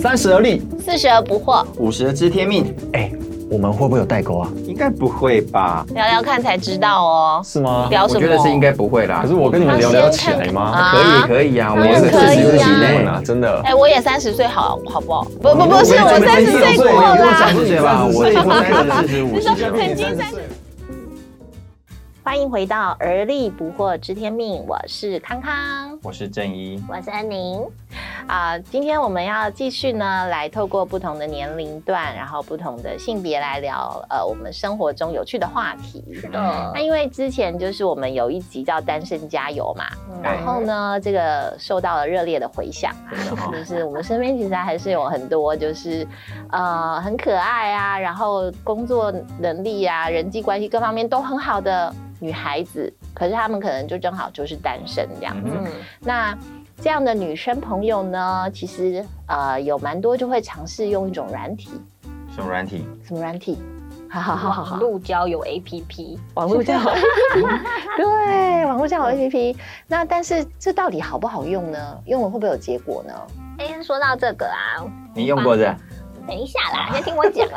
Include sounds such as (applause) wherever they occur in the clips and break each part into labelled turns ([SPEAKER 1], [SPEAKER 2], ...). [SPEAKER 1] 三十而立，
[SPEAKER 2] 四十而不惑，
[SPEAKER 3] 五十知天命，
[SPEAKER 1] 哎，我们会不会有代沟啊？
[SPEAKER 3] 应该不会吧？
[SPEAKER 2] 聊聊看才知道哦。
[SPEAKER 1] 是吗？
[SPEAKER 2] 聊什
[SPEAKER 3] 啊我
[SPEAKER 2] 么？
[SPEAKER 3] 觉得是应该不会啦。
[SPEAKER 1] 可是我跟你们聊聊起来吗？
[SPEAKER 2] 啊
[SPEAKER 3] 可以可以啊，我
[SPEAKER 2] 当
[SPEAKER 3] 也
[SPEAKER 2] 然
[SPEAKER 3] 是
[SPEAKER 2] 可
[SPEAKER 3] 四
[SPEAKER 2] 以
[SPEAKER 3] 十
[SPEAKER 2] 啊
[SPEAKER 3] 以内
[SPEAKER 1] 问啊，真的
[SPEAKER 2] 哎、。我也三十岁，好好不好？不不不是，
[SPEAKER 1] 你
[SPEAKER 2] 我
[SPEAKER 1] 们
[SPEAKER 2] 三十岁过
[SPEAKER 1] 你
[SPEAKER 3] 我
[SPEAKER 2] 啦
[SPEAKER 3] 三。十岁吧，我我三十四十五
[SPEAKER 2] 你
[SPEAKER 3] 十
[SPEAKER 2] 说
[SPEAKER 3] 这
[SPEAKER 2] 曾
[SPEAKER 3] 样。
[SPEAKER 2] 经三十。欢迎回到《而立不惑知天命》，我是康康，
[SPEAKER 3] 我是正一，
[SPEAKER 2] 我是安宁。啊、今天我们要继续呢，来透过不同的年龄段，然后不同的性别来聊呃我们生活中有趣的话题。
[SPEAKER 3] 的
[SPEAKER 2] 那因为之前就是我们有一集叫《单身加油》嘛，然后呢，这个受到了热烈的回响。啊
[SPEAKER 3] 真的哈
[SPEAKER 2] 就，是我们身边其实还是有很多，就是呃很可爱啊，然后工作能力啊、人际关系各方面都很好的女孩子，可是她们可能就正好就是单身这样子。
[SPEAKER 3] 嗯
[SPEAKER 2] 那这样的女生朋友呢，其实呃有蛮多就会尝试用一种软体，
[SPEAKER 3] 什么软体？
[SPEAKER 2] 什么软体？ (laughs) 好好好好
[SPEAKER 4] 网
[SPEAKER 2] 好，
[SPEAKER 4] 路交友 APP，
[SPEAKER 2] 网络交友，
[SPEAKER 4] (laughs)
[SPEAKER 2] 对，网络交友 APP。那但是这到底好不好用呢？用了会不会有结果呢？
[SPEAKER 4] 哎、说到这个啊，
[SPEAKER 3] 你用过的？
[SPEAKER 4] 等一下啦，先听我讲啦。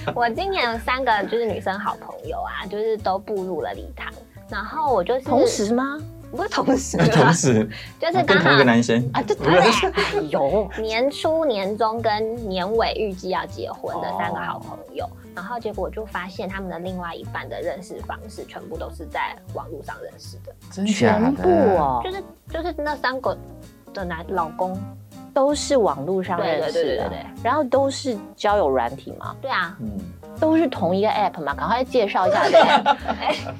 [SPEAKER 4] (laughs) 我今年有三个就是女生好朋友啊，就是都步入了礼堂，然后我就是
[SPEAKER 2] 同时吗？
[SPEAKER 4] 不是同时啊，
[SPEAKER 3] 同时
[SPEAKER 4] 就是
[SPEAKER 3] 跟
[SPEAKER 4] 刚
[SPEAKER 3] 同一个
[SPEAKER 4] 好
[SPEAKER 3] 男生，
[SPEAKER 2] 啊，这当然 (laughs)
[SPEAKER 4] 对 (laughs)
[SPEAKER 2] 有。
[SPEAKER 4] 年初、年中跟年尾预计要结婚的三个好朋友，
[SPEAKER 2] 哦
[SPEAKER 4] 然后结果我就发现他们的另外一半的认识方式全部都是在网络上认识的，
[SPEAKER 3] 真
[SPEAKER 4] 啊
[SPEAKER 2] 全部哦，
[SPEAKER 4] 就是就是那三个的男老公，
[SPEAKER 2] 都是网络上认
[SPEAKER 4] 对
[SPEAKER 2] 识
[SPEAKER 4] 对对对对
[SPEAKER 2] 的，
[SPEAKER 4] 对，
[SPEAKER 2] 然后都是交友软体嘛，
[SPEAKER 4] 对啊，
[SPEAKER 3] 嗯，
[SPEAKER 2] 都是同一个 app 嘛，赶快介绍一下这个 app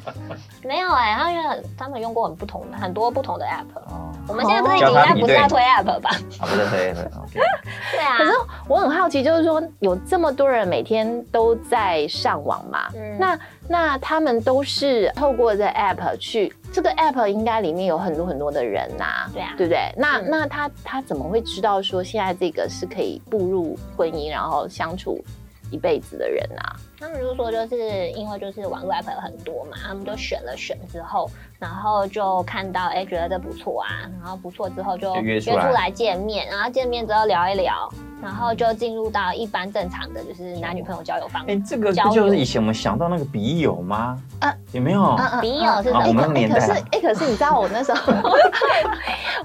[SPEAKER 4] 没有哎、他们他们用过很不同的很多不同的 app。
[SPEAKER 3] 哦，
[SPEAKER 4] 我们现在不是已
[SPEAKER 3] 叫
[SPEAKER 4] 经
[SPEAKER 3] 他
[SPEAKER 4] 在
[SPEAKER 3] 比
[SPEAKER 4] 不是
[SPEAKER 3] 对
[SPEAKER 4] 在推 app 吧？
[SPEAKER 3] 好，不是可以了，OK。
[SPEAKER 4] 对啊，
[SPEAKER 2] 可是我很好奇，就是说有这么多人每天都在上网嘛，
[SPEAKER 4] 嗯
[SPEAKER 2] 那那他们都是透过这 app 去，这个 app 应该里面有很多很多的人呐、
[SPEAKER 4] 对啊
[SPEAKER 2] 对不对？那、
[SPEAKER 4] 嗯
[SPEAKER 2] 那他他怎么会知道说现在这个是可以步入婚姻，然后相处一辈子的人啊？
[SPEAKER 4] 他们就说，就是因为就是网络 app 有很多嘛，他们就选了选之后，然后就看到哎、觉得这不错啊，然后不错之后就
[SPEAKER 3] 就约出来
[SPEAKER 4] 出来见面，然后见面之后聊一聊，然后就进入到一般正常的就是男女朋友交友方式。
[SPEAKER 3] 哎，这个不就是以前我们想到那个笔友吗？
[SPEAKER 2] 啊
[SPEAKER 3] 有没有？
[SPEAKER 2] 嗯嗯
[SPEAKER 4] 笔友是什
[SPEAKER 3] 啊我
[SPEAKER 4] 么？
[SPEAKER 3] 们那个年代
[SPEAKER 2] 可是
[SPEAKER 3] 啊
[SPEAKER 2] 哎、可是你知道我那时候， (laughs)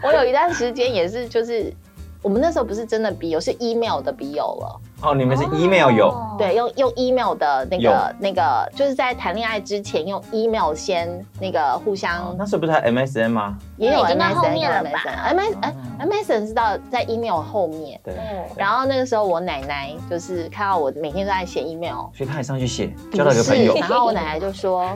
[SPEAKER 2] 我有一段时间也是就是。我们那时候不是真的笔友，是 email 的笔友了。
[SPEAKER 3] 哦，你们是 email 有，
[SPEAKER 4] 哦
[SPEAKER 2] 对，用用 email 的那
[SPEAKER 3] 有
[SPEAKER 2] 个那个，就是在谈恋爱之前用 email 先那个互
[SPEAKER 3] 哦
[SPEAKER 2] 相
[SPEAKER 3] 那时候不是还 MSN 吗？
[SPEAKER 2] 也有
[SPEAKER 4] 那已
[SPEAKER 2] MSN
[SPEAKER 4] 经到后
[SPEAKER 2] 跟
[SPEAKER 4] 面了吧
[SPEAKER 2] MSN，MSN 啊哎 MSN 是到在 email 后面。
[SPEAKER 3] 对，
[SPEAKER 4] 嗯，
[SPEAKER 2] 然后那个时候我奶奶就是看到我每天都在写 email，
[SPEAKER 3] 所以他也上去写，
[SPEAKER 2] 不
[SPEAKER 3] 交到一个
[SPEAKER 2] 是
[SPEAKER 3] 朋友。
[SPEAKER 2] 然后我奶奶就说：“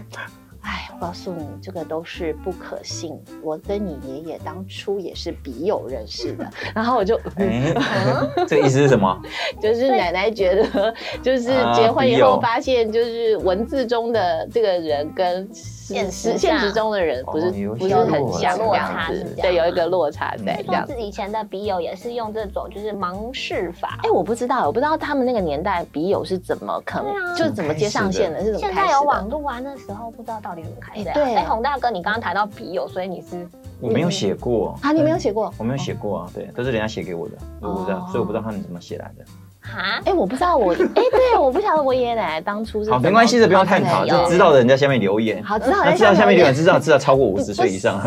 [SPEAKER 2] 哎，我告诉你，这个都是不可信。我跟你爷爷当初也是笔友认识的。” (laughs) 然后我就、嗯
[SPEAKER 3] 哎， (laughs) 这个意思是什么？
[SPEAKER 2] 就是奶奶觉得，就是
[SPEAKER 3] 啊
[SPEAKER 2] 结婚以
[SPEAKER 3] 笔
[SPEAKER 2] 后
[SPEAKER 3] 友
[SPEAKER 2] 发现，就是文字中的这个人跟现
[SPEAKER 4] 现实
[SPEAKER 2] 实
[SPEAKER 4] 上
[SPEAKER 2] 现实中的人不是
[SPEAKER 3] 哦有一
[SPEAKER 2] 不是
[SPEAKER 3] 些
[SPEAKER 2] 很
[SPEAKER 3] 落
[SPEAKER 2] 像
[SPEAKER 3] 差
[SPEAKER 2] 这样
[SPEAKER 4] 是这
[SPEAKER 2] 子
[SPEAKER 4] 样，
[SPEAKER 2] 对，有一
[SPEAKER 4] 吗
[SPEAKER 2] 个落差在
[SPEAKER 3] 嗯
[SPEAKER 2] 这
[SPEAKER 4] 据说
[SPEAKER 2] 样子。
[SPEAKER 4] 自己以前的笔友也是用这种就是盲视法
[SPEAKER 2] 哎、，我不知道，我不知道他们那个年代笔友是怎么可能，
[SPEAKER 4] 对啊
[SPEAKER 2] 就是怎么接上线的，是怎么
[SPEAKER 4] 现
[SPEAKER 2] 开始
[SPEAKER 4] 在
[SPEAKER 2] 的？
[SPEAKER 4] 有网络啊，那时候不知道到底怎么开的
[SPEAKER 2] 哎
[SPEAKER 4] 啊。
[SPEAKER 2] 对
[SPEAKER 4] 哎，洪大哥，你刚刚谈到笔友，所以你是
[SPEAKER 3] 我没有写过
[SPEAKER 2] 啊，你没有写过？哦
[SPEAKER 3] 我没有写过啊，对，都是人家写给我的，我不知道，所以我不知道他们怎么写来的。
[SPEAKER 4] 哈？
[SPEAKER 2] 哎、我不知道 (laughs) 我，哎、对，我不晓得我爷爷奶奶当初是
[SPEAKER 3] 好，
[SPEAKER 2] 怎么
[SPEAKER 3] 没关系，这不用探
[SPEAKER 2] 开
[SPEAKER 3] 讨，
[SPEAKER 2] 始
[SPEAKER 3] 这
[SPEAKER 2] 的
[SPEAKER 3] 知道的人家下面留言。
[SPEAKER 2] 好，知道
[SPEAKER 3] 那
[SPEAKER 2] 在
[SPEAKER 3] 知道下面留
[SPEAKER 2] 留
[SPEAKER 3] 言，
[SPEAKER 2] 言
[SPEAKER 3] 知道知道超过五十岁以上啊，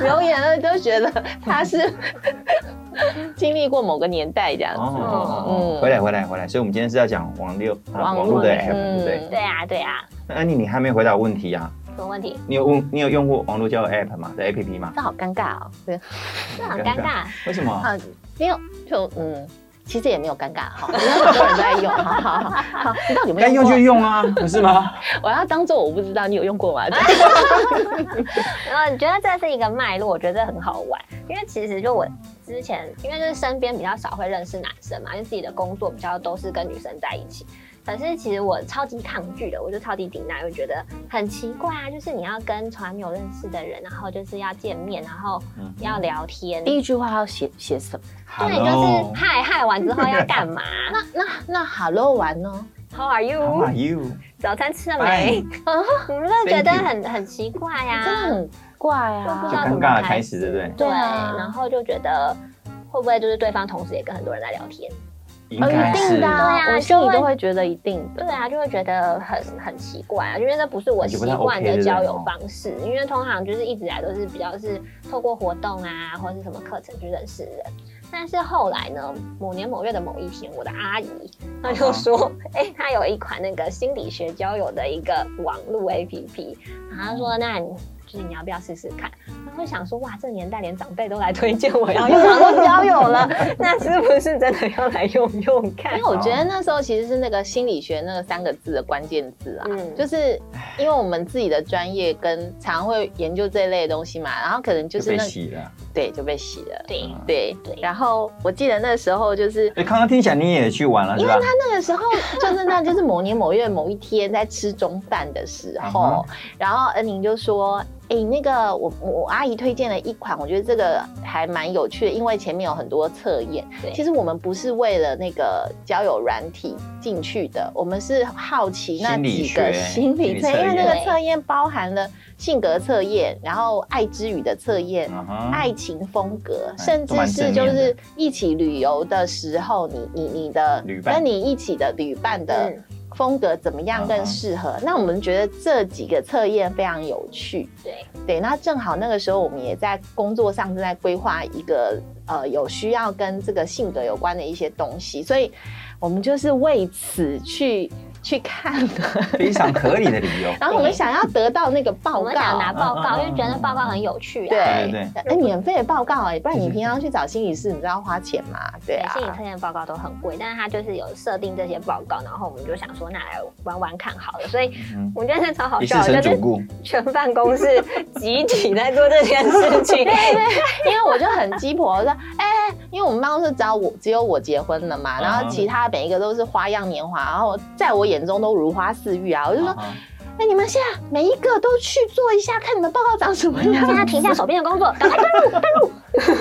[SPEAKER 2] 留言了，就觉得他是 (laughs) 经历过某个年代这样
[SPEAKER 3] (laughs) 哦
[SPEAKER 2] 子。
[SPEAKER 3] 哦哦，
[SPEAKER 2] 嗯
[SPEAKER 3] 哦回来回来回来，所以我们今天是要讲网六啊网络的 app，对不对？
[SPEAKER 2] 嗯
[SPEAKER 4] 对啊，对啊，
[SPEAKER 3] 那安妮，你还没回答我问题啊？
[SPEAKER 4] 什么问题？
[SPEAKER 3] 你有问你有用过网络交友 app 吗？的 app 吗？
[SPEAKER 2] 这好尴尬哦，对，
[SPEAKER 4] 这很尴尬。
[SPEAKER 3] 为什么？
[SPEAKER 2] 啊，没有，就嗯，其实也没有尴尬哈，因为很多人都在用，好好好，好，你到底有没
[SPEAKER 3] 该
[SPEAKER 2] 有
[SPEAKER 3] 用
[SPEAKER 2] 过
[SPEAKER 3] 就用啊，不是吗？
[SPEAKER 2] 我要当做我不知道，你有用
[SPEAKER 4] (laughs)
[SPEAKER 2] 过吗？
[SPEAKER 4] 然后你觉得这是一个脉络，我觉得很好玩，因为其实就我之前，因为就是身边比较少会认识男生嘛，因为自己的工作比较都是跟女生在一起。可是其实我超级抗拒的，我就超级抵赖，我觉得很奇怪啊，就是你要跟从来没有认识的人，然后就是要见面，然后
[SPEAKER 3] 嗯
[SPEAKER 4] 要聊天，
[SPEAKER 2] 第一句话要写写什么？
[SPEAKER 4] 对，就是嗨嗨完之后要干嘛
[SPEAKER 2] 那那 Hello 玩呢？
[SPEAKER 4] ？How are
[SPEAKER 3] How are
[SPEAKER 4] you？
[SPEAKER 3] you？
[SPEAKER 4] 早餐吃了 (laughs) 没？你们都觉得
[SPEAKER 3] Thank you
[SPEAKER 4] 很很奇怪呀、
[SPEAKER 2] 真的很怪
[SPEAKER 4] 都不
[SPEAKER 2] 啊
[SPEAKER 4] 知
[SPEAKER 3] 就尴
[SPEAKER 4] 道！
[SPEAKER 3] 尬的开始，对不对？
[SPEAKER 2] 对
[SPEAKER 4] 对，
[SPEAKER 2] 啊
[SPEAKER 4] 然后就觉得会不会就是对方同时也跟很多人在聊天？
[SPEAKER 3] 应
[SPEAKER 2] 呃
[SPEAKER 3] 该
[SPEAKER 2] 一定
[SPEAKER 3] 是
[SPEAKER 2] 的啊、
[SPEAKER 4] 对啊
[SPEAKER 2] 我心里
[SPEAKER 4] 就会
[SPEAKER 2] 都会觉得一定的。
[SPEAKER 4] 对啊，就会觉得很很奇怪啊，因为那不是我习
[SPEAKER 3] 就不太
[SPEAKER 4] 惯
[SPEAKER 3] OK 对
[SPEAKER 4] 的哦
[SPEAKER 3] 不对嗯
[SPEAKER 4] 交
[SPEAKER 3] (laughs)
[SPEAKER 4] 友方式，因为通常就是一直以来都是比较是透过活动啊，或是什么课程去认识人。但是后来呢，某年某月的某一天，我的阿姨她就说，哎、她有一款那个心理学交友的一个网络 APP，然后她说，那你就是你要不要试试看？然后想说，哇，这年代连长辈都来推荐
[SPEAKER 2] (laughs)
[SPEAKER 4] 我要
[SPEAKER 3] (laughs)
[SPEAKER 4] 用网络交友了，那是不是真的要来用用看？
[SPEAKER 2] 因为我觉得那时候其实是那个心理学那三个字的关键字啊，
[SPEAKER 4] 嗯
[SPEAKER 2] 就是因为我们自己的专业跟常会研究这类的东西嘛，然后可能就
[SPEAKER 3] 就是被
[SPEAKER 2] 那
[SPEAKER 3] 洗了。
[SPEAKER 2] 对就被洗了，
[SPEAKER 4] 对。
[SPEAKER 2] 对
[SPEAKER 4] 对
[SPEAKER 2] 然后我记得那时候就是 (laughs)
[SPEAKER 3] 哎，康康听起来你也去玩了是吧？
[SPEAKER 2] 那个时候就是那就是某年某月某一天在吃中饭的时候
[SPEAKER 3] 嗯，
[SPEAKER 2] 然后恩宁就说：“哎、那个我我阿姨推荐了一款，我觉得这个还蛮有趣的，因为前面有很多测验。
[SPEAKER 4] 对
[SPEAKER 2] 其实我们不是为了那个交友软体进去的，我们是好奇那
[SPEAKER 3] 心理
[SPEAKER 2] 几
[SPEAKER 3] 学
[SPEAKER 2] 个心
[SPEAKER 3] 心理
[SPEAKER 2] 理测
[SPEAKER 3] 测
[SPEAKER 2] 验，因为那
[SPEAKER 3] 验
[SPEAKER 2] 个测验包含了性格测验，然后爱之语的测验。
[SPEAKER 3] 嗯哼
[SPEAKER 2] 爱情风格，
[SPEAKER 3] 哎
[SPEAKER 2] 甚至
[SPEAKER 3] 都蛮
[SPEAKER 2] 是
[SPEAKER 3] 正面
[SPEAKER 2] 就
[SPEAKER 3] 的
[SPEAKER 2] 是一起旅游的时候，你你你的
[SPEAKER 3] 旅伴
[SPEAKER 2] 跟你一起的旅伴的
[SPEAKER 4] 嗯
[SPEAKER 2] 风格怎么样
[SPEAKER 3] 嗯
[SPEAKER 2] 更
[SPEAKER 3] 哼
[SPEAKER 2] 适合？那我们觉得这几个测验非常有趣，
[SPEAKER 4] 对
[SPEAKER 2] 对。那正好那个时候我们也在工作上正在规划一个呃有需要跟这个性格有关的一些东西，所以我们就是为此去去看的。
[SPEAKER 3] 非常合理的理由
[SPEAKER 2] (laughs) 。然后我们想要得到那个报告
[SPEAKER 4] 我们，想拿报告，
[SPEAKER 3] 嗯嗯嗯
[SPEAKER 4] 因为觉得报告很有趣啊。
[SPEAKER 3] 对
[SPEAKER 2] 对
[SPEAKER 3] 对
[SPEAKER 2] 哎，免费的报告哎、不然你平常去找心理师，你知道花钱 (laughs) 吗？对啊，
[SPEAKER 4] 心理测验报告都很贵，但是他就是有设定这些报告，然后我们就想说，那来玩玩看好了。所以
[SPEAKER 3] 嗯
[SPEAKER 4] 我觉得那超好
[SPEAKER 3] 一次
[SPEAKER 4] 笑的，
[SPEAKER 3] 成
[SPEAKER 4] 就
[SPEAKER 3] 主
[SPEAKER 4] 是
[SPEAKER 3] 顾，
[SPEAKER 4] 全办公室集体在做这件
[SPEAKER 3] (laughs)
[SPEAKER 4] 事情。
[SPEAKER 2] 因为我就很鸡婆，我说 (laughs) 哎、因为我们办公室只有我只有我结婚了嘛，
[SPEAKER 3] 嗯
[SPEAKER 2] 然后其他每一个都是花样年华，然后在我眼中都如花似玉啊，我就说
[SPEAKER 3] 嗯哼
[SPEAKER 2] 哎、你们现在每一个都去做一下，看你们报告长什么样
[SPEAKER 4] 现。在停下手边的工作，赶快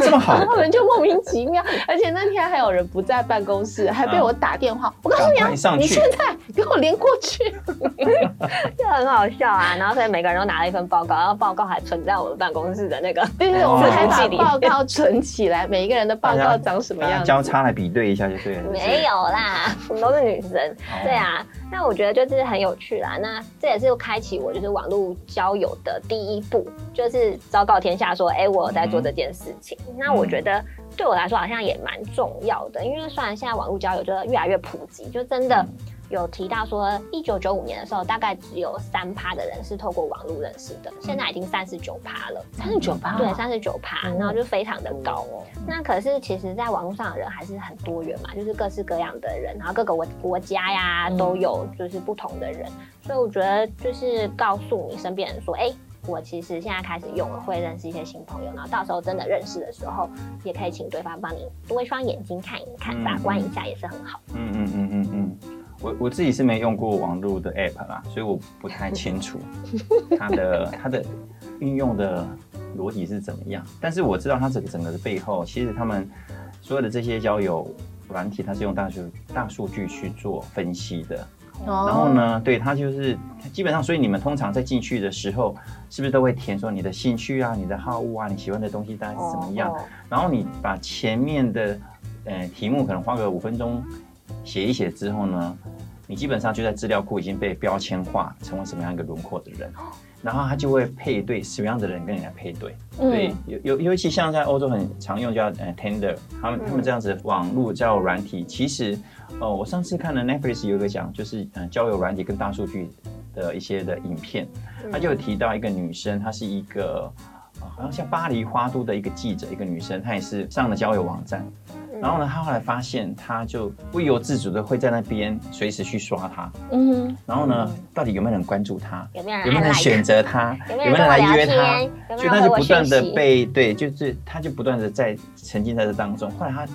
[SPEAKER 3] 这么好
[SPEAKER 2] (laughs) 然，后我们就莫名其妙， (laughs) 而且那天还有人不在办公室，还被我打电话。我告诉你
[SPEAKER 3] 赶
[SPEAKER 2] 啊
[SPEAKER 3] 快上，
[SPEAKER 2] 你
[SPEAKER 3] 去
[SPEAKER 2] 现在给我连过去。
[SPEAKER 4] 就很好笑啊。然后所以每个人都拿了一份报告，然后报告还存在我们办公室的那个。
[SPEAKER 2] 对对，
[SPEAKER 3] 哦
[SPEAKER 2] 嗯我们还把
[SPEAKER 4] 自己
[SPEAKER 2] 报告存起来，每一个人的报告长什么
[SPEAKER 3] 大
[SPEAKER 2] 样
[SPEAKER 3] 家
[SPEAKER 2] 子。
[SPEAKER 3] 交叉来比对一下就对了。
[SPEAKER 4] 没有啦，我们都是女生。
[SPEAKER 3] 哦
[SPEAKER 4] 对，啊，那我觉得就是很有趣啦。那这也是开启我就是网络交友的第一步，就是昭告天下说，哎、我有在做这件事情。
[SPEAKER 3] 嗯
[SPEAKER 4] 那我觉得对我来说好像也蛮重要的，因为虽然现在网络交友就是越来越普及，就真的
[SPEAKER 3] 嗯
[SPEAKER 4] 有提到说，一九九五年的时候，大概只有三趴的人是透过网络认识的，现在已经三十九趴了。
[SPEAKER 2] 三十九趴，
[SPEAKER 4] 对，三十九趴，
[SPEAKER 2] 哦
[SPEAKER 4] 然后就非常的高。那可是其实，在网络上的人还是很多元嘛，就是各式各样的人，然后各个国国家呀
[SPEAKER 2] 嗯
[SPEAKER 4] 都有，就是不同的人。所以我觉得就是告诉你身边人说，哎、我其实现在开始用了，会认识一些新朋友，然后到时候真的认识的时候，也可以请对方帮你多一双眼睛看一看，
[SPEAKER 3] 嗯
[SPEAKER 4] 把关一下也是很好。
[SPEAKER 3] 嗯嗯嗯嗯嗯，我我自己是没用过网络的 app 啦，所以我不太清
[SPEAKER 2] (laughs)
[SPEAKER 3] 楚它的它的运用的逻辑是怎么样。但是我知道它整个整个的背后，其实他们所有的这些交友软体，它是用大数大数据去做分析的。然
[SPEAKER 2] 然
[SPEAKER 3] 后？呢，对它就是基本上，所以你们通常在进去的时候，是不是都会填说你的兴趣啊、你的好恶啊、你喜欢的东西大概是怎么样？
[SPEAKER 4] 哦
[SPEAKER 3] 然后你把前面的呃题目可能花个五分钟写一写之后呢，你基本上就在资料库已经被标签化成为什么样一个轮廓的人，然后他就会配对什么样的人跟你来配对。
[SPEAKER 4] 嗯
[SPEAKER 3] 对，，尤尤尤其像在欧洲很常用叫呃 Tinder，他们他
[SPEAKER 4] 嗯
[SPEAKER 3] 们这样子网络交友软体，其实呃我上次看了 Netflix 有一个讲就是呃交友软体跟大数据的一些的影片，他
[SPEAKER 4] 嗯
[SPEAKER 3] 就有提到一个女生，她是一个。呃好像像巴黎花都的一个记者，一个女生，她也是上了交友网站，
[SPEAKER 4] 嗯
[SPEAKER 3] 然后呢，她后来发现，她就不由自主的会在那边随时去刷她，
[SPEAKER 2] 嗯
[SPEAKER 3] 然后呢，到底有没有人关注她，
[SPEAKER 4] 有没有人
[SPEAKER 3] 有没有人
[SPEAKER 4] 按 like？
[SPEAKER 3] 选择她，
[SPEAKER 4] 嗯 (laughs) 有
[SPEAKER 3] 有
[SPEAKER 4] 没
[SPEAKER 3] 没有人
[SPEAKER 4] 有人跟我
[SPEAKER 3] 来
[SPEAKER 4] 聊
[SPEAKER 3] 约她
[SPEAKER 4] 天，？
[SPEAKER 3] 所
[SPEAKER 4] 有没有
[SPEAKER 3] 以
[SPEAKER 4] 人
[SPEAKER 3] 他
[SPEAKER 4] 回
[SPEAKER 3] 就
[SPEAKER 4] 我
[SPEAKER 3] 不断
[SPEAKER 4] 讯
[SPEAKER 3] 的
[SPEAKER 4] 息？
[SPEAKER 3] 被对，就是他就不断的在沉浸在这当中。后来他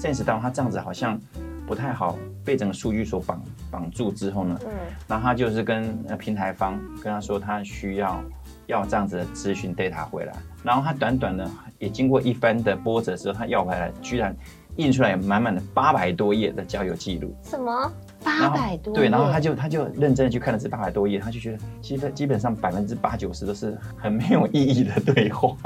[SPEAKER 3] sense 到他这样子好像不太好，被整个数据所绑绑住之后呢，
[SPEAKER 4] 嗯，
[SPEAKER 3] 然后他就是跟呃平台方跟他说，他需要要这样子的咨询 data 回来。然后他短短的也经过一番的波折之后，他要回来，居然印出来满满的八百多页的交友记录。
[SPEAKER 4] 什么？
[SPEAKER 2] 八
[SPEAKER 3] 然后
[SPEAKER 2] 百多页，
[SPEAKER 3] 对，然后他就他就认真的去看了这八百多页，他就觉得基本基本上百分之八九十都是很没有意义的对话。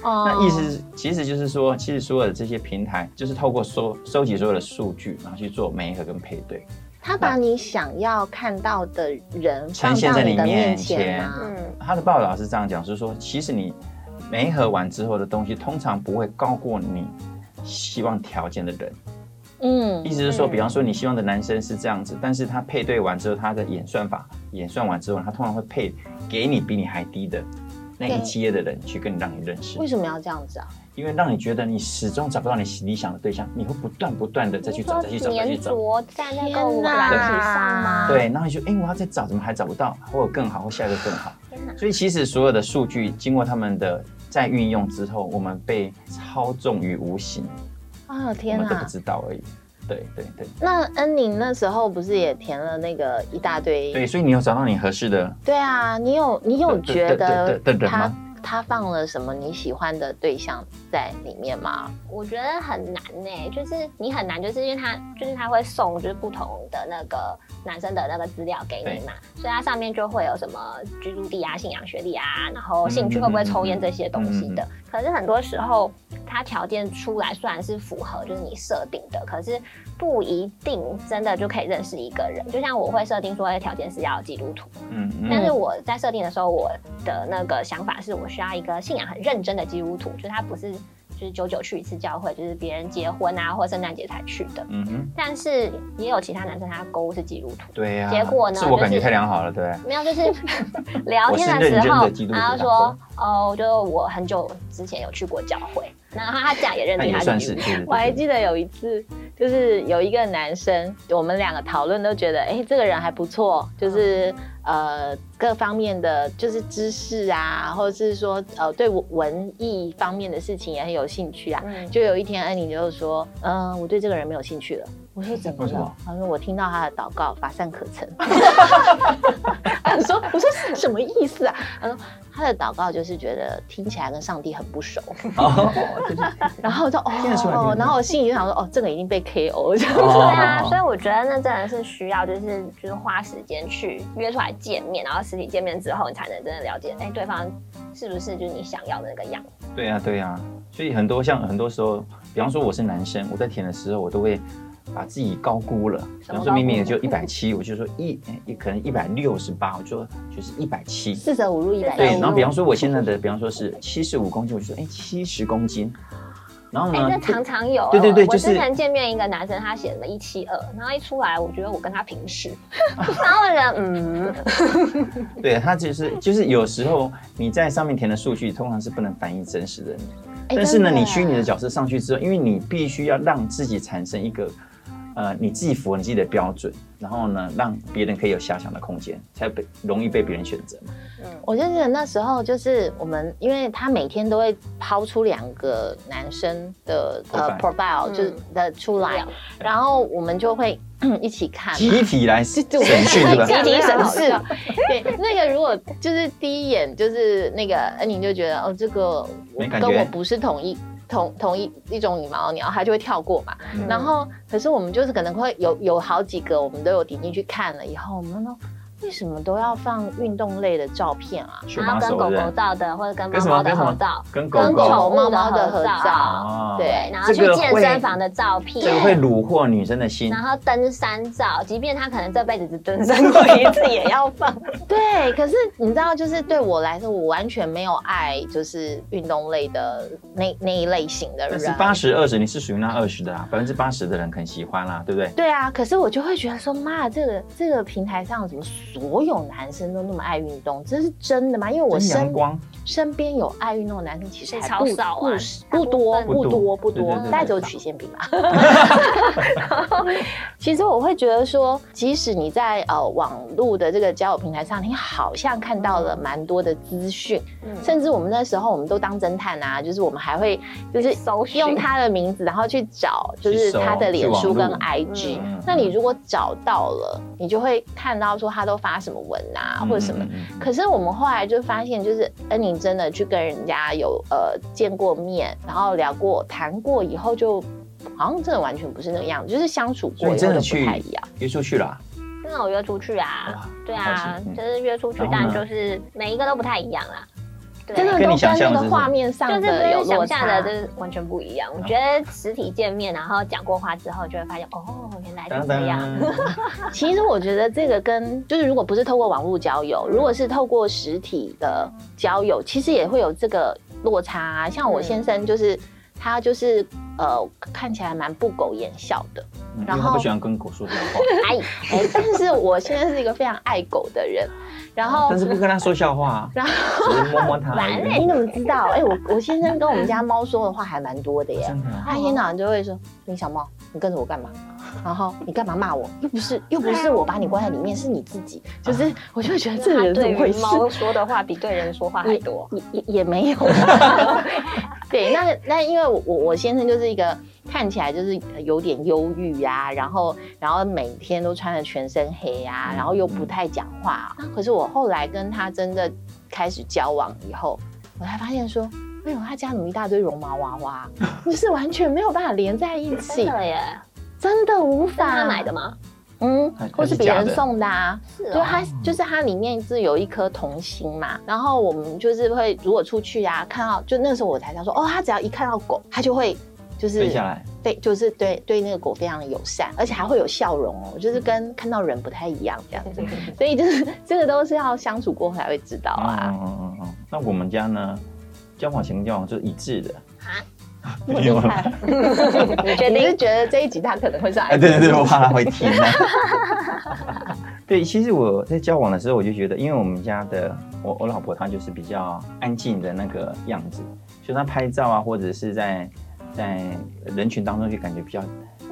[SPEAKER 3] 那
[SPEAKER 4] 哦
[SPEAKER 2] 哦
[SPEAKER 3] 意思是其实就是说，其实所有的这些平台就是透过收收集所有的数据，然后去做媒合跟配对，
[SPEAKER 2] 他把你想要看到的人
[SPEAKER 3] 呈
[SPEAKER 2] 放
[SPEAKER 3] 现
[SPEAKER 2] 到
[SPEAKER 3] 在
[SPEAKER 2] 你
[SPEAKER 3] 你
[SPEAKER 2] 的面
[SPEAKER 3] 面
[SPEAKER 2] 前
[SPEAKER 3] 前
[SPEAKER 2] 吗？
[SPEAKER 4] 嗯，
[SPEAKER 3] 他的报道是这样讲，是说其实你媒合完之后的东西，通常不会高过你希望条件的人。
[SPEAKER 2] 嗯
[SPEAKER 3] 意思是说，
[SPEAKER 4] 嗯
[SPEAKER 3] 比方说你希望的男生是这样子，但是他配对完之后，他的演算法演算完之后，他通常会配给你比你还低的那一阶的人去跟你让你认识
[SPEAKER 2] 为，什么要这样子啊？
[SPEAKER 3] 因为让你觉得你始终找不到你理想的对象，你会不断不断的再去找，再去找，再去
[SPEAKER 4] 粘
[SPEAKER 3] 找。
[SPEAKER 4] 着站在购
[SPEAKER 2] 天
[SPEAKER 4] 物
[SPEAKER 2] 哪
[SPEAKER 4] 篮子上吗？
[SPEAKER 3] 对，然后你就哎、诶我要再找，怎么还找不到？或者更好，或下一个更好。
[SPEAKER 4] 天哪，
[SPEAKER 3] 所以其实所有的数据经过他们的再运用之后，我们被操纵于无形，
[SPEAKER 2] 啊、
[SPEAKER 3] 我
[SPEAKER 2] 天
[SPEAKER 3] 们都不
[SPEAKER 2] 哪！
[SPEAKER 3] 知道而已。对对对
[SPEAKER 2] 那恩宁那时候不是也填了那个一大堆？
[SPEAKER 3] 对，所以你有找到你合适的
[SPEAKER 2] 对啊，你有你有
[SPEAKER 3] 的的
[SPEAKER 2] 觉得
[SPEAKER 3] 的的的人
[SPEAKER 2] 他
[SPEAKER 3] 吗
[SPEAKER 2] 他放了什么你喜欢的对象在里面吗？
[SPEAKER 4] 我觉得很难呢、就是你很难，就是因为他就是他会送就是不同的那个男生的那个资料给你嘛，所以它上面就会有什么居住地啊、信仰、学历啊，然后兴趣会不会抽烟这些东西的。可是很多时候，它条件出来虽然是符合就是你设定的，可是不一定真的就可以认识一个人。就像我会设定说哎条件是要基督徒，
[SPEAKER 3] 嗯
[SPEAKER 4] 但
[SPEAKER 3] 嗯
[SPEAKER 4] 是我在设定的时候，我的那个想法是我需要一个信仰很认真的基督徒，就是他不是就是久久去一次教会，就是别人结婚啊或圣诞节才去的。
[SPEAKER 3] 嗯哼，
[SPEAKER 4] 但是也有其他男生他勾是基督徒， (laughs)
[SPEAKER 3] 对呀、
[SPEAKER 4] 结果呢
[SPEAKER 3] 自我感觉
[SPEAKER 4] 就是
[SPEAKER 3] 太良好了，对不对。
[SPEAKER 4] 没有就是聊天
[SPEAKER 3] 我是认
[SPEAKER 4] 时
[SPEAKER 3] 真
[SPEAKER 4] 候
[SPEAKER 3] 的基，督徒
[SPEAKER 4] 然后说哦，就我很久之前有去过教会，然后他这样也认
[SPEAKER 3] 那
[SPEAKER 4] 定
[SPEAKER 3] 也
[SPEAKER 4] 他
[SPEAKER 3] 算
[SPEAKER 4] 基
[SPEAKER 3] 是，
[SPEAKER 4] 督
[SPEAKER 3] 对
[SPEAKER 4] 徒。
[SPEAKER 3] 对对
[SPEAKER 2] 我还记得有一次，就是有一个男生，我们两个讨论都觉得，哎、这个人还不错，就是、
[SPEAKER 3] 嗯
[SPEAKER 2] 呃各方面的就是知识啊，或者是说呃对文文艺方面的事情也很有兴趣啊。
[SPEAKER 4] 嗯，
[SPEAKER 2] 就有一天，安妮就说：“嗯、我对这个人没有兴趣了。”我说：“怎么
[SPEAKER 3] 为什
[SPEAKER 2] 了
[SPEAKER 3] 么？”
[SPEAKER 2] 他说：“我听到他的祷告，乏善可
[SPEAKER 3] (laughs)
[SPEAKER 2] 陈。”我说：“我说是什么意思啊？”他说：“他的祷告就是觉得听起来跟上帝很不熟。”
[SPEAKER 3] 哦，
[SPEAKER 2] 然后我就
[SPEAKER 3] 哎听得出来听得出
[SPEAKER 2] 哦，
[SPEAKER 3] 来
[SPEAKER 2] 然后我心里就想说，哦，这个已经被 (laughs) KO 这样。
[SPEAKER 4] 对
[SPEAKER 3] 哦
[SPEAKER 4] 啊，所以我觉得那真的是需要，就是就是花时间去约出来见面，然后实体见面之后，你才能真的了解，哎、对方是不是就是你想要的那个样子。
[SPEAKER 3] 对呀、对呀、啊所以很多像很多时候，比方说我是男生，我在填的时候，我都会把自己高估了。比
[SPEAKER 4] 什
[SPEAKER 3] 方
[SPEAKER 4] 么高
[SPEAKER 3] 说
[SPEAKER 4] 估
[SPEAKER 3] 明明也就一百七，我就说一也可能一百六十八，我就说就是一百七。
[SPEAKER 4] 啊
[SPEAKER 2] 四舍五入一百
[SPEAKER 3] 对，然后比
[SPEAKER 2] 五，
[SPEAKER 3] 方说我现在的，比方说是七十五公斤，我就说哎七十公斤，然后
[SPEAKER 4] 哎、
[SPEAKER 3] 呢
[SPEAKER 4] 那，常常有哦、
[SPEAKER 3] 嗯对对对
[SPEAKER 4] 我
[SPEAKER 3] 就是
[SPEAKER 4] 之前见面一个男生，他写了一七二，然后一出来，我觉得我跟他平视， (laughs) 然后我觉得嗯，
[SPEAKER 3] 对他就是就是有时候你在上面填的数据通常是不能反映真实的你，
[SPEAKER 2] 哎
[SPEAKER 3] 但是呢，
[SPEAKER 2] 真的
[SPEAKER 3] 你虚拟的角色上去之后，因为你必须要让自己产生一个，呃，你自己符合你自己的标准，然后呢，让别人可以有遐想的空间，才被容易被别人选择嘛。
[SPEAKER 2] 我就记得那时候就是我们，因为他每天都会抛出两个男生的呃
[SPEAKER 3] Profile
[SPEAKER 2] profile
[SPEAKER 4] 嗯
[SPEAKER 2] 就是的出来
[SPEAKER 4] 嗯，
[SPEAKER 2] 然后我们就会 (clears throat) 一起看。
[SPEAKER 3] 集体来审讯
[SPEAKER 2] (laughs)
[SPEAKER 3] 对吧？
[SPEAKER 2] 集体审视
[SPEAKER 4] 好，
[SPEAKER 2] 对那个如果就是第一眼就是那个恩宁就觉得哦，这个我
[SPEAKER 3] 没感觉
[SPEAKER 2] 跟我不是同一同同一一种羽毛鸟，他就会跳过嘛。
[SPEAKER 3] 嗯
[SPEAKER 2] 然后可是我们就是可能会有有好几个，我们都有点进去看了以后，我们都为什么都要放运动类的照
[SPEAKER 3] (laughs)
[SPEAKER 2] 片啊？
[SPEAKER 3] 手
[SPEAKER 4] 然后
[SPEAKER 3] 把
[SPEAKER 4] 跟
[SPEAKER 3] 手
[SPEAKER 4] 狗
[SPEAKER 3] 对
[SPEAKER 4] 狗
[SPEAKER 3] 不对？
[SPEAKER 4] 照的或者跟
[SPEAKER 3] 跟什么
[SPEAKER 4] 猫猫的
[SPEAKER 3] 跟什么
[SPEAKER 4] 合照，
[SPEAKER 3] 跟
[SPEAKER 2] 跟
[SPEAKER 3] 狗
[SPEAKER 2] 狗
[SPEAKER 3] 狗
[SPEAKER 2] 猫猫的合
[SPEAKER 4] 合照
[SPEAKER 2] 照，
[SPEAKER 3] 哦
[SPEAKER 4] 对，
[SPEAKER 2] 对，
[SPEAKER 4] 然后去
[SPEAKER 3] 这个
[SPEAKER 4] 健
[SPEAKER 3] 会
[SPEAKER 4] 身房的照片，
[SPEAKER 3] 这个会虏获女生的心
[SPEAKER 4] 然。后登山照，即便他可能这辈子只登山过一
[SPEAKER 3] (laughs)
[SPEAKER 4] 次，也要放。
[SPEAKER 2] 对，可是你知道，就是对我来说，我完全没有爱，就是运动类的那那一类型的
[SPEAKER 3] 但
[SPEAKER 2] 人
[SPEAKER 3] 是。八十二十，你是属于那二十的啊，百分之八十的人很喜欢啦，对不对？
[SPEAKER 2] 对啊，可是我就会觉得说，妈，这个这个平台上怎么所有男生都那么爱运动？这是真的吗？因为我
[SPEAKER 3] 真阳
[SPEAKER 2] 身
[SPEAKER 3] 光，
[SPEAKER 2] 身边有爱运动的男生其实还
[SPEAKER 4] 超
[SPEAKER 2] 不
[SPEAKER 4] 少啊
[SPEAKER 2] 不不
[SPEAKER 4] 大部
[SPEAKER 2] 多
[SPEAKER 4] 分
[SPEAKER 2] 不
[SPEAKER 3] 不
[SPEAKER 2] 多
[SPEAKER 3] 多
[SPEAKER 2] 不
[SPEAKER 3] 对
[SPEAKER 2] 多
[SPEAKER 3] 对对，对
[SPEAKER 2] 大概只有曲线比吧。 (laughs) 其实我会觉得说，即使你在呃网络的这个交友平台上，你好像看到了蛮多的资讯，甚至我们那时候我们都当侦探啊，就是我们还会就是
[SPEAKER 4] 搜寻
[SPEAKER 2] 用他的名字，然后去找就
[SPEAKER 3] 去
[SPEAKER 2] 是
[SPEAKER 3] 搜
[SPEAKER 2] 他的脸书跟
[SPEAKER 3] 去网
[SPEAKER 2] IG
[SPEAKER 3] 嗯。
[SPEAKER 2] 那你如果找到了，你就会看到说他都发什么文啊，或者什么
[SPEAKER 3] 嗯。嗯嗯嗯
[SPEAKER 2] 可是我们后来就发现，就是恩宁真的去跟人家有呃见过面，然后聊过、谈过以后就。好像真的完全不是那个样子，就是相处过
[SPEAKER 3] 所以
[SPEAKER 2] 以后
[SPEAKER 3] 真的
[SPEAKER 2] 就不
[SPEAKER 3] 去
[SPEAKER 2] 太一样。
[SPEAKER 3] 嗯约出去啦，
[SPEAKER 4] 真的我约出去啊
[SPEAKER 3] 哇，
[SPEAKER 4] 对
[SPEAKER 3] 好
[SPEAKER 4] 啊
[SPEAKER 3] 奇，嗯
[SPEAKER 4] 就是约出去
[SPEAKER 3] 然，后
[SPEAKER 4] 但
[SPEAKER 3] 呢
[SPEAKER 4] 就是每一个都不太一样啦。啊对
[SPEAKER 2] 真的
[SPEAKER 3] 跟
[SPEAKER 2] 都
[SPEAKER 3] 你想
[SPEAKER 2] 跟那
[SPEAKER 3] 象的
[SPEAKER 2] 个
[SPEAKER 3] 是
[SPEAKER 2] 画面上
[SPEAKER 4] 就是
[SPEAKER 2] 的有
[SPEAKER 4] 跟
[SPEAKER 2] 落
[SPEAKER 4] 想象的
[SPEAKER 2] 差
[SPEAKER 4] 就。 (laughs) 是完全不一样。我觉得实体见面，然后讲过话之后，就会发现哦，原来是
[SPEAKER 3] 当
[SPEAKER 4] 这
[SPEAKER 3] 当
[SPEAKER 4] 样。
[SPEAKER 2] (laughs) 其实我觉得这个跟就是如果不是透过网络交
[SPEAKER 3] 嗯
[SPEAKER 2] 友，如果是透过实体的交友，其实也会有这个落差、啊。像我
[SPEAKER 4] 嗯
[SPEAKER 2] 先生就是。他就是呃，看起来蛮不苟言笑的，
[SPEAKER 3] 嗯因
[SPEAKER 2] 然
[SPEAKER 3] 为
[SPEAKER 2] 后
[SPEAKER 3] 他不喜欢跟狗说这种话，
[SPEAKER 4] 哎，
[SPEAKER 2] 哎、但是我现在是一个非常爱狗的人，然后
[SPEAKER 3] 但是不跟他说笑话，
[SPEAKER 2] 然后
[SPEAKER 3] 只是摸摸它而
[SPEAKER 4] 完
[SPEAKER 2] 你
[SPEAKER 3] 已。
[SPEAKER 2] 怎么知道？哎、我我先生跟我们家猫说的话还蛮多的耶，
[SPEAKER 3] 真的啊，
[SPEAKER 2] 他一天到晚就会说：“你小猫，你跟着我干嘛？然后你干嘛骂我？又不是又不是我把你关在里面，是你自己。”就是
[SPEAKER 3] 啊
[SPEAKER 2] 我就会觉得这个人怎
[SPEAKER 4] 他对
[SPEAKER 2] 么回
[SPEAKER 4] 于
[SPEAKER 2] 事？嗯
[SPEAKER 4] 猫说的话比对人说话还多。
[SPEAKER 2] 也也也没
[SPEAKER 4] (laughs)
[SPEAKER 2] 有。对，那那因为我我我先生就是一个看起来就是有点忧郁呀，然后然后每天都穿的全身黑呀、
[SPEAKER 3] 嗯
[SPEAKER 2] 然后又不太讲话。那可是我后来跟他真的开始交往以后，我才发现说。哎呦，他家怎么一大堆绒毛娃娃， (laughs) 就是完全没有办法连在一
[SPEAKER 4] 真
[SPEAKER 2] 起，
[SPEAKER 4] 的耶，
[SPEAKER 2] 真的无
[SPEAKER 4] 是他
[SPEAKER 2] 法
[SPEAKER 4] 买的，吗？
[SPEAKER 2] 嗯
[SPEAKER 3] 还，
[SPEAKER 2] 或
[SPEAKER 3] 还
[SPEAKER 2] 是
[SPEAKER 3] 是
[SPEAKER 2] 别
[SPEAKER 3] 假
[SPEAKER 2] 人
[SPEAKER 3] 的
[SPEAKER 2] 送的啊，
[SPEAKER 4] 是
[SPEAKER 2] 就
[SPEAKER 4] 哦，
[SPEAKER 2] 它就是它里面是有一颗童心嘛，然后我们就是会如果出去啊，看到就那时候我才想说，哦，它只要一看到狗，它就会就是
[SPEAKER 3] 飞下来，
[SPEAKER 2] 对，就是对对那个狗非常的友善，而且还会有笑容哦，就是跟看到人不太一样这样
[SPEAKER 3] (laughs)
[SPEAKER 2] 子，所以就是这个都是要相处过后才会知道啊。
[SPEAKER 3] 嗯嗯嗯嗯嗯。那我们家呢，交往前交往就是一致的
[SPEAKER 4] 啊。
[SPEAKER 2] 我
[SPEAKER 3] 没有
[SPEAKER 2] 就
[SPEAKER 3] 啦
[SPEAKER 2] 看
[SPEAKER 3] 嗯
[SPEAKER 4] 你决
[SPEAKER 2] 你是
[SPEAKER 4] 定
[SPEAKER 2] 觉得这一集他可能会上
[SPEAKER 3] 哎，对对对，我怕他会听、啊。 (laughs) 对，其实我在交往的时候，我就觉得，因为我们家的我我老婆她就是比较安静的那个样子，所以她拍照啊，或者是在在人群当中就感觉比较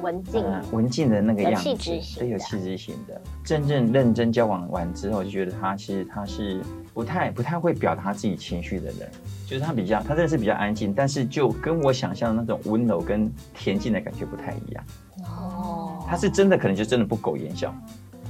[SPEAKER 4] 文静
[SPEAKER 3] 呃
[SPEAKER 2] 嗯
[SPEAKER 3] 文静的那个
[SPEAKER 4] 有
[SPEAKER 3] 样子，
[SPEAKER 4] 气质型
[SPEAKER 3] 对，有
[SPEAKER 4] 的
[SPEAKER 3] 气质型的。真正认真交往完之后，就觉得她其实她是不太不太会表达自己情绪的人，就是她比较她真的是比较安静，但是就跟我想象的那种温柔跟恬静的感觉不太一样。
[SPEAKER 4] 哦，
[SPEAKER 3] 他是真的可能就真的不苟言笑，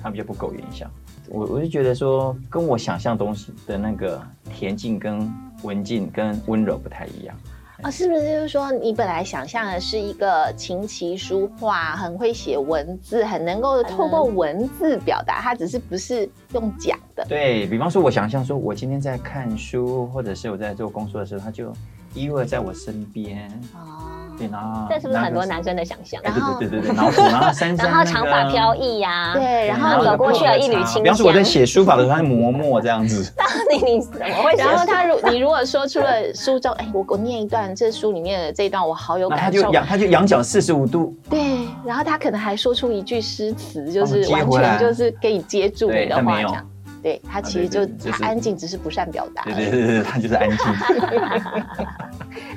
[SPEAKER 3] 他比较不苟言笑。我我就觉得说，跟我想象东西的那个恬静、跟文静、跟温柔不太一样。
[SPEAKER 2] 啊，是不是就是说你本来想象的是一个琴棋书画，很会写文字，很能够透过文字表达，它只是不是用讲的。
[SPEAKER 3] 对比方说，我想象说，我今天在看书，或者是我在做工作的时候，他就依偎在我身边，
[SPEAKER 2] 哦，
[SPEAKER 3] 对，然后
[SPEAKER 4] 这是不是很多？男生的想象？
[SPEAKER 3] 哎，对对对对对，然后然后珊珊
[SPEAKER 4] 然后长发飘逸呀，
[SPEAKER 2] 对然后
[SPEAKER 4] 走过去有一缕清香。
[SPEAKER 3] 啊比方说我在写书法的时候，他磨墨这样子，
[SPEAKER 4] 你你怎么会想
[SPEAKER 2] 然后他如 (laughs) 你如果说出了书中，哎，我我念一段这书里面的这一段，我好有
[SPEAKER 3] 那他
[SPEAKER 2] 感
[SPEAKER 3] 就
[SPEAKER 2] 受。
[SPEAKER 3] 仰他就仰角四十五度，
[SPEAKER 2] 对，然后他可能还说出一句诗词，就
[SPEAKER 3] 哦
[SPEAKER 2] 是
[SPEAKER 3] 接
[SPEAKER 2] 完
[SPEAKER 3] 回来
[SPEAKER 2] 全就是可以接住你
[SPEAKER 3] 对
[SPEAKER 2] 的
[SPEAKER 3] 他
[SPEAKER 2] 话
[SPEAKER 3] 没有
[SPEAKER 2] 讲。对他其
[SPEAKER 3] 对
[SPEAKER 2] 实就
[SPEAKER 3] 对就是
[SPEAKER 2] 他安静，只是不善表达而
[SPEAKER 3] 对
[SPEAKER 2] 已。
[SPEAKER 3] 对对对，他就是安静。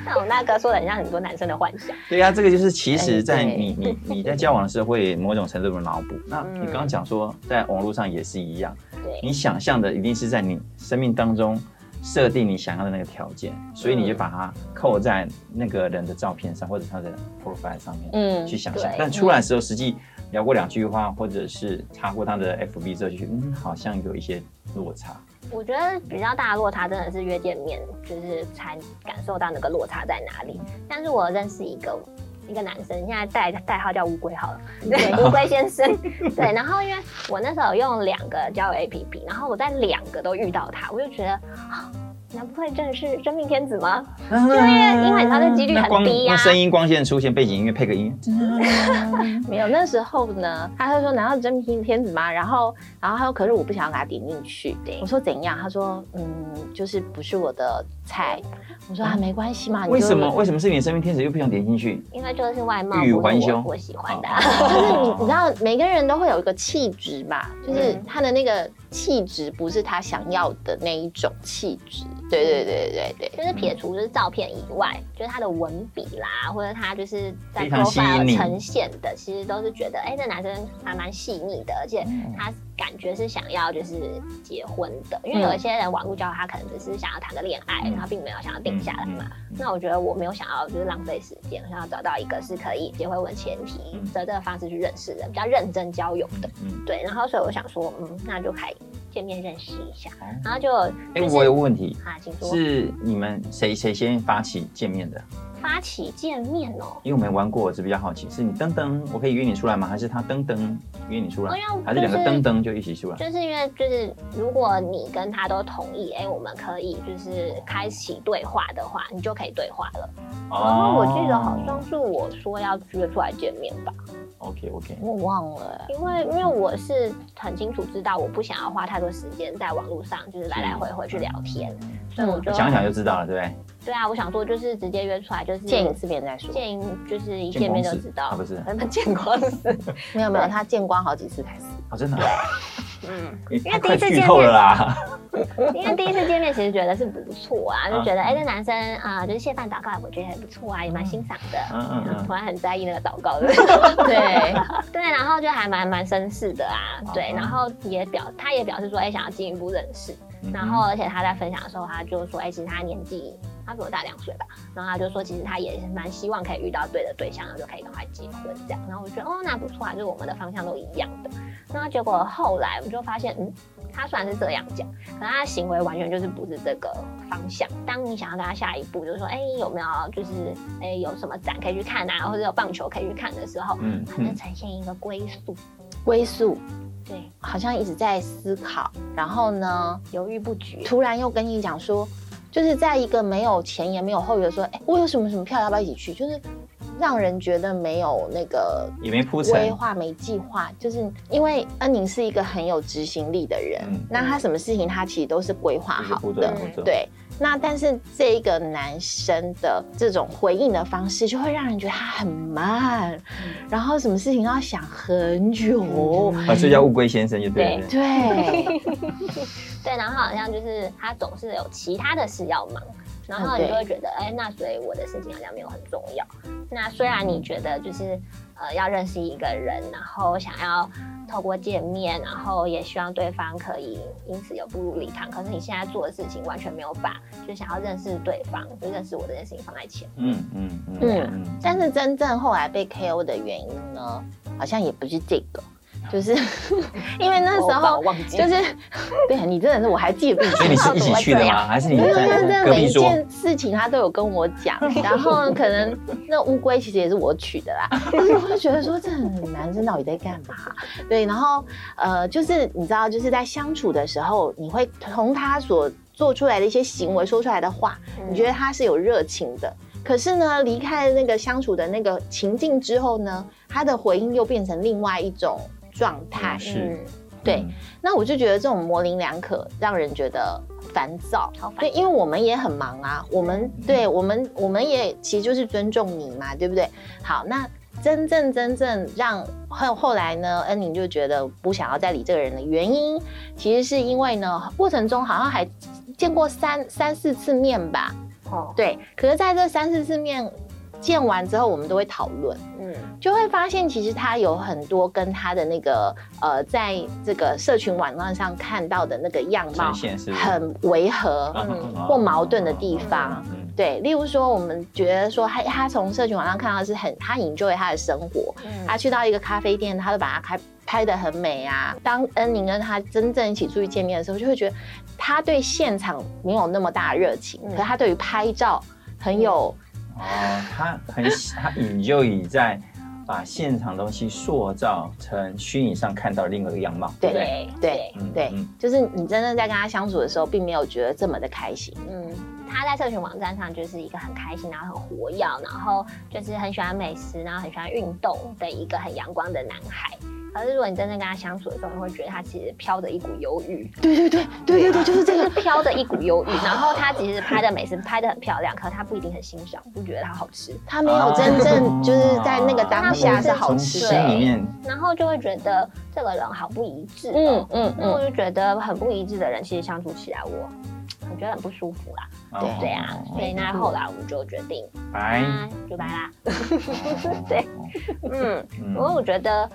[SPEAKER 4] 那我那哥说的很像很多男生的幻想，
[SPEAKER 3] 对呀、这个就是其实，在
[SPEAKER 2] 哎对
[SPEAKER 3] 你你你在交往的时候，会某种程度的
[SPEAKER 4] (laughs)
[SPEAKER 3] 脑补。那
[SPEAKER 4] 嗯
[SPEAKER 3] 你刚刚讲说，在网络上也是一样，
[SPEAKER 4] 对，
[SPEAKER 3] 你想象的一定是在你生命当中设定你想要的那个条件，所以你就把它扣在那个人的照片上或者他的 profile 上面
[SPEAKER 2] 嗯
[SPEAKER 3] 去想象
[SPEAKER 4] 对。
[SPEAKER 3] 但出来的时候，实际聊过两句话，或者是查过他的 FB 之后，就觉得嗯，好像有一些落差。
[SPEAKER 4] 我觉得比较大的落差真的是约见面，就是才感受到那个落差在哪里。但是我认识一个一个男生，现在代代号叫乌龟好了，对， (laughs) 乌龟先生，对。然后因为我那时候有用两个交友 APP，然后我在两个都遇到他，我就觉得啊，难不会真的是真命天子吗？
[SPEAKER 3] 因
[SPEAKER 4] 为因为它的几率很低
[SPEAKER 3] 嗯
[SPEAKER 4] 呀
[SPEAKER 3] 那声音光线出现，背景音乐配个音，
[SPEAKER 2] 没有，那时候呢，他就说难道真命天子吗？然后，然后他说可是我不想要给他点进去。我说怎样？他说嗯，就是不是我的菜。我说啊，没关系嘛，你就
[SPEAKER 3] 为什么？为什么是你的生命天使又不想点进
[SPEAKER 4] (laughs)
[SPEAKER 3] 去？
[SPEAKER 4] 因为就是外貌
[SPEAKER 3] 欲语
[SPEAKER 4] 不
[SPEAKER 3] 还
[SPEAKER 4] 是
[SPEAKER 3] 休
[SPEAKER 4] 我我喜欢的啊、
[SPEAKER 2] 就是你
[SPEAKER 3] 哦，
[SPEAKER 2] 你知道每个人都会有一个气质吧，就是
[SPEAKER 4] 嗯
[SPEAKER 2] 他的那个气质不是他想要的那一种气质。对对对对对对。
[SPEAKER 3] 嗯
[SPEAKER 4] 就是撇除就是照片以外，就是他的文笔啦，或者他就是在
[SPEAKER 3] 非常吸引
[SPEAKER 4] profile
[SPEAKER 3] 你
[SPEAKER 4] 呈现的，其实都是觉得，哎、这男生还蛮细腻的，而且他感觉是想要就是结婚的，因为有一些人网络交友，他可能只是想要谈个恋爱，
[SPEAKER 3] 嗯
[SPEAKER 4] 然后并没有想要定下来
[SPEAKER 3] 嗯
[SPEAKER 4] 嘛。
[SPEAKER 3] 嗯嗯
[SPEAKER 4] 那我觉得我没有想要就是浪费时间，想要找到一个是可以结婚为前提
[SPEAKER 3] 嗯
[SPEAKER 4] 的这个方式去认识人，比较认真交友的。
[SPEAKER 3] 嗯，
[SPEAKER 4] 对，然后所以我想说，嗯，那就可以见面认识一下，
[SPEAKER 3] 嗯
[SPEAKER 4] 然后就
[SPEAKER 3] 哎、
[SPEAKER 4] 就是
[SPEAKER 3] 我有个问题，
[SPEAKER 4] 啊，请说。
[SPEAKER 3] 是你们谁谁先发起见面的？
[SPEAKER 4] 发起见面哦。
[SPEAKER 3] 因为我没玩过，我是比较好奇，是你噔噔，我可以约你出来吗？还是他噔噔约你出来
[SPEAKER 4] 哎呀？
[SPEAKER 3] 还是两个
[SPEAKER 4] 就是
[SPEAKER 3] 噔噔就一起出来？
[SPEAKER 4] 就是因为就是，如果你跟他都同意，哎、我们可以就是开启对话的话，你就可以对话了。哦，我记得好像是我说要约出来见面吧，
[SPEAKER 3] OK OK，
[SPEAKER 2] 我忘了欸。
[SPEAKER 4] 因为因为我是很清楚知道我不想要花太多时间在网络上就是来来回回去聊天，所以我就
[SPEAKER 3] 嗯想一想就知道了，对不对？
[SPEAKER 4] 对啊，我想说就是直接约出来就是
[SPEAKER 2] 见一次面再说，
[SPEAKER 4] 见一就是一见面就知道，嗯
[SPEAKER 3] 见光死啊不是
[SPEAKER 4] 什么 (laughs) 见光死，
[SPEAKER 2] 没有没有，
[SPEAKER 4] 对
[SPEAKER 2] 他见光好几次才死。
[SPEAKER 3] 哦，真的
[SPEAKER 4] (laughs)
[SPEAKER 3] 啊，
[SPEAKER 2] 嗯，
[SPEAKER 3] 因
[SPEAKER 4] 第一
[SPEAKER 3] 太快
[SPEAKER 4] 次见
[SPEAKER 3] 剧
[SPEAKER 4] 面
[SPEAKER 3] 透了
[SPEAKER 4] (laughs)
[SPEAKER 3] 啦。
[SPEAKER 4] 因为第一次见面，其实觉得是不错啊，就觉得
[SPEAKER 3] 嗯
[SPEAKER 4] 哎、这男生啊、就是谢饭祷告，我觉得很不错啊，也蛮欣赏的。
[SPEAKER 3] 嗯嗯
[SPEAKER 4] (laughs)
[SPEAKER 3] 嗯
[SPEAKER 4] 突然很在意那个祷
[SPEAKER 3] (laughs)
[SPEAKER 4] 告的，
[SPEAKER 2] 对，
[SPEAKER 4] 对，然后就还蛮蛮绅士的啊，对，
[SPEAKER 3] 嗯
[SPEAKER 4] 然后也表他也表示说，哎、想要进一步认识，
[SPEAKER 3] 嗯
[SPEAKER 4] 然后而且他在分享的时候，他就说，哎、其实他年纪他比我大两岁吧，然后他就说，哎其实他也蛮希望可以遇到对的对象，然后就可以赶快结婚这样，然后我就觉得哦，那不错啊，就是我们的方向都一样的，那结果后来我就发现，嗯，他虽然是这样讲。可能他的行为完全就是不是这个方向。当你想要跟他下一步，就是说，哎、有没有就是哎、有什么展可以去看啊，或者有棒球可以去看的时候，
[SPEAKER 3] 嗯
[SPEAKER 4] 他就
[SPEAKER 3] 嗯，
[SPEAKER 4] 呈现一个归宿，
[SPEAKER 2] 归宿
[SPEAKER 4] 对，
[SPEAKER 2] 好像一直在思考，然后呢，
[SPEAKER 4] 犹豫不决。
[SPEAKER 2] 突然又跟你讲说，就是在一个没有前言、没有后语的说，哎、我有什么什么票，要不要一起去？就是让人觉得没有那个
[SPEAKER 3] 也没铺
[SPEAKER 2] 规
[SPEAKER 3] 陈，
[SPEAKER 2] 划、没计划，就是因为恩宁是一个很有执行力的人，
[SPEAKER 3] 嗯
[SPEAKER 2] 那他什么事情他其实都是规划
[SPEAKER 3] 就是
[SPEAKER 2] 好
[SPEAKER 3] 铺
[SPEAKER 2] 的
[SPEAKER 3] 着，铺着。
[SPEAKER 2] 对。那但是这一个男生的这种回应的方式，就会让人觉得他很慢，
[SPEAKER 3] 嗯
[SPEAKER 2] 然后什么事情都要想很久，
[SPEAKER 3] 啊，所以叫乌龟先生就对了。
[SPEAKER 4] 对
[SPEAKER 3] 对
[SPEAKER 2] 对。
[SPEAKER 3] (laughs)
[SPEAKER 4] 对，然后好像就是他总是有其他的事要忙，然后
[SPEAKER 2] 嗯
[SPEAKER 4] 你
[SPEAKER 2] 对
[SPEAKER 4] 就会觉得，哎、那所以我的事情好像没有很重要。那虽然你觉得就是呃要认识一个人，然后想要透过见面，然后也希望对方可以因此有步入礼堂，可是你现在做的事情完全没有把就想要认识对方、就认识我这件事情放在前面。
[SPEAKER 3] 嗯嗯嗯
[SPEAKER 2] 嗯
[SPEAKER 3] 嗯，
[SPEAKER 2] 但是真正后来被 KO 的原因呢，好像也不是这个，
[SPEAKER 3] 哦
[SPEAKER 2] 就是 (laughs) 因为那
[SPEAKER 3] (laughs)
[SPEAKER 2] 时候
[SPEAKER 4] 忘记
[SPEAKER 2] 就
[SPEAKER 4] 就是
[SPEAKER 2] 是， (laughs) 对啊，你真的是我还记得不
[SPEAKER 3] 所以
[SPEAKER 2] 清
[SPEAKER 3] 你是一起去的
[SPEAKER 2] (laughs)
[SPEAKER 3] 吗？还是你
[SPEAKER 2] 因为他真
[SPEAKER 3] 在
[SPEAKER 2] 的
[SPEAKER 3] 隔
[SPEAKER 2] 每
[SPEAKER 3] 壁
[SPEAKER 2] 一
[SPEAKER 3] 桌？
[SPEAKER 2] 件事情他都有跟我
[SPEAKER 3] (laughs)
[SPEAKER 2] 讲，然后可能那乌龟其实也是我取的啦，但是我就觉得说这 (laughs) 男生到底在干嘛？对，然后呃，就是你知道，就是在相处的时候，你会从他所做出来的一些行为、说出来的话，你觉得他是有热情的。可是呢，离开那个相处的那个情境之后呢，他的回应又变成另外一种状态。
[SPEAKER 3] 嗯是
[SPEAKER 2] 对
[SPEAKER 3] 嗯，
[SPEAKER 2] 那我就觉得这种模棱两可，让人觉得烦躁。
[SPEAKER 4] 超烦嗯
[SPEAKER 2] 对，因为我们也很忙啊，我们对我们我们也其实就是尊重你嘛，对不对？好，那真正真正让后后来呢，恩宁就觉得不想要再理这个人的原因，其实是因为呢，过程中好像还见过三三四次面吧，
[SPEAKER 4] 哦，
[SPEAKER 2] 对。可是在这三四次面见完之后，我们都会讨论。
[SPEAKER 4] 嗯，
[SPEAKER 2] 就会发现，其实他有很多跟他的那个呃，在这个社群网站上看到的那个样貌
[SPEAKER 3] 呈现啊是
[SPEAKER 2] 很违和、
[SPEAKER 4] 嗯
[SPEAKER 2] 或矛盾的地方。
[SPEAKER 3] 嗯
[SPEAKER 2] 对，例如说，我们觉得说他他从社群网上看到的是很他 enjoy 他的生活，
[SPEAKER 3] 嗯
[SPEAKER 4] 嗯
[SPEAKER 2] 他去到一个咖啡店，他就把它开拍得很美啊。当恩宁跟他真正一起出去见面的时候，就会觉得他对现场没有那么大的热情，
[SPEAKER 4] 嗯
[SPEAKER 2] 可是他对于拍照很有
[SPEAKER 3] 哦，他很喜他引就已在把现场东西塑造成虚拟上看到的另外一个样貌，对不对？
[SPEAKER 4] 对
[SPEAKER 2] 对
[SPEAKER 3] 嗯
[SPEAKER 2] 对
[SPEAKER 3] 嗯，
[SPEAKER 2] 就是你真正在跟他相处的时候，并没有觉得这么的开心。
[SPEAKER 4] 嗯，他在社群网站上就是一个很开心，然后很活跃，然后就是很喜欢美食，然后很喜欢运动的一个很阳光的男孩。可是如果你真正跟他相处的时候，你会觉得他其实飘着一股忧郁，
[SPEAKER 2] 对对对对对对，啊就是这
[SPEAKER 4] 就是。飘着一股忧郁。然后他其实拍的美食拍的很漂亮，可他不一定很欣赏，不觉得它好吃，
[SPEAKER 2] 他没
[SPEAKER 3] 啊
[SPEAKER 2] 有真
[SPEAKER 3] 哦
[SPEAKER 2] 正就是在那个当下是好
[SPEAKER 3] 从
[SPEAKER 2] 吃
[SPEAKER 3] 心
[SPEAKER 2] 的。
[SPEAKER 3] 里面
[SPEAKER 4] 然后就会觉得这个人好不一致、
[SPEAKER 2] 嗯
[SPEAKER 4] 嗯，
[SPEAKER 2] 嗯
[SPEAKER 4] 那我
[SPEAKER 2] 嗯，
[SPEAKER 4] 就觉得很不一致的人，其实相处起来我。我觉得很不舒服啦，
[SPEAKER 3] 哦哎
[SPEAKER 4] 对啊，所以那后来我们就决定，
[SPEAKER 3] 白
[SPEAKER 4] 那就拜啦。
[SPEAKER 2] 啊 (laughs)
[SPEAKER 3] 对，
[SPEAKER 4] 嗯，
[SPEAKER 3] 嗯
[SPEAKER 4] 不过
[SPEAKER 2] 哦
[SPEAKER 4] 我觉得，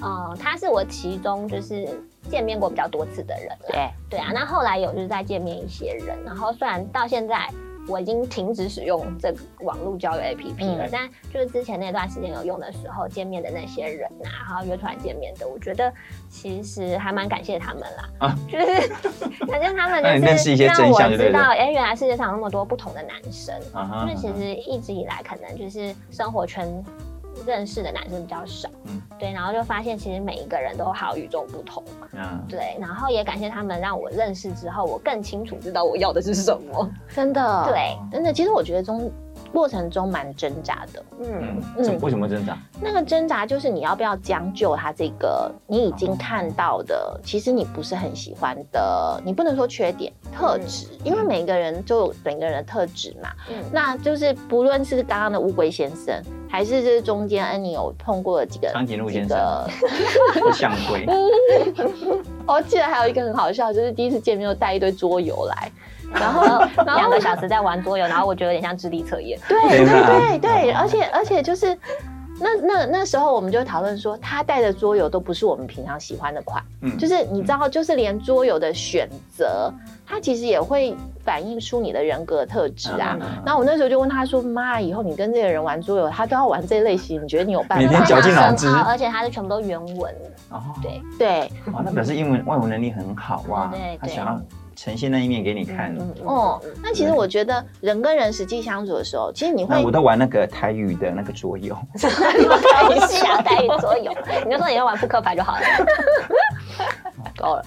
[SPEAKER 4] 呃，他是我其中就是见面过比较多次的人了。
[SPEAKER 2] 对，
[SPEAKER 4] 对啊，那后来有就是再见面一些人，然后虽然到现在我已经停止使用这个网络交友 APP 了。
[SPEAKER 2] 嗯
[SPEAKER 4] 但就是之前那段时间有用的时候，见面的那些人呐、然后约出来见面的，我觉得其实还蛮感谢他们啦。
[SPEAKER 3] 啊
[SPEAKER 4] 就是 (laughs) 感谢他们，
[SPEAKER 3] 那你
[SPEAKER 4] 就
[SPEAKER 3] 认识一
[SPEAKER 4] 是
[SPEAKER 3] 些
[SPEAKER 4] 让
[SPEAKER 3] 真
[SPEAKER 4] 我
[SPEAKER 3] 相就对
[SPEAKER 4] 知
[SPEAKER 3] 了
[SPEAKER 4] 道，哎、原来世界上有那么多不同的男生。
[SPEAKER 3] 啊哈
[SPEAKER 4] 因为其实一直以来可能就是生活圈认识的男生比较少，
[SPEAKER 3] 嗯
[SPEAKER 4] 对，然后就发现其实每一个人都好与众不同，
[SPEAKER 3] 嗯，
[SPEAKER 4] 对，然后也感谢他们让我认识之后，我更清楚知道我要的是什么，
[SPEAKER 2] 真
[SPEAKER 3] 哦
[SPEAKER 2] 的，，
[SPEAKER 4] 对，
[SPEAKER 2] 真的，其实我觉得中过程中蛮挣扎的。
[SPEAKER 4] 嗯
[SPEAKER 3] 嗯，这为什么挣扎？
[SPEAKER 2] 那个挣扎就是你要不要将就他这个你已经看到的，其实你不是很喜欢的，你不能说缺点特质，因为每个人就有每个人的特质嘛。
[SPEAKER 4] 嗯，
[SPEAKER 2] 那就是不论是刚刚的乌龟先生，还是这中间恩妮有碰过的几个
[SPEAKER 3] 长颈鹿先
[SPEAKER 2] 几个
[SPEAKER 3] 生，不像
[SPEAKER 2] (laughs)
[SPEAKER 3] 龟，
[SPEAKER 2] 我记得哦还有一个很好笑，就是第一次见面就带一堆桌游来，然
[SPEAKER 4] (laughs)
[SPEAKER 2] 后然后
[SPEAKER 4] 两个小时在玩桌游，然后我觉得有点像智力
[SPEAKER 3] (laughs)
[SPEAKER 4] 测验，
[SPEAKER 2] 对
[SPEAKER 3] 天哪
[SPEAKER 2] 对对对，而且而且就是。那那那时候我们就讨论说，他带的桌游都不是我们平常喜欢的款，
[SPEAKER 3] 嗯
[SPEAKER 2] 就是你知道，就是连桌游的选择，它其实也会反映出你的人格特质啊。
[SPEAKER 3] 嗯
[SPEAKER 2] 那我那时候就问他说：“妈，以后你跟这个人玩桌游，他都要玩这类型，你觉得你有办
[SPEAKER 3] 每
[SPEAKER 2] 法
[SPEAKER 3] 天
[SPEAKER 2] 吗
[SPEAKER 3] 绞尽脑汁
[SPEAKER 4] 然后而且它是全部都原文，
[SPEAKER 3] 哦
[SPEAKER 4] 对
[SPEAKER 2] 对，
[SPEAKER 3] 哇，那表示英文外文能力很好哇
[SPEAKER 4] 对对，
[SPEAKER 3] 他想要呈现那一面给你看。
[SPEAKER 4] 嗯
[SPEAKER 2] 哦、那其实我觉得人跟人实际相处的时候，其实你
[SPEAKER 3] 那
[SPEAKER 2] 会
[SPEAKER 3] 我都玩那个台语的那个桌
[SPEAKER 4] (laughs)
[SPEAKER 3] 游，
[SPEAKER 4] 开 (laughs) 一下带一桌游，你就说你要玩扑克牌就好了，
[SPEAKER 2] 够了。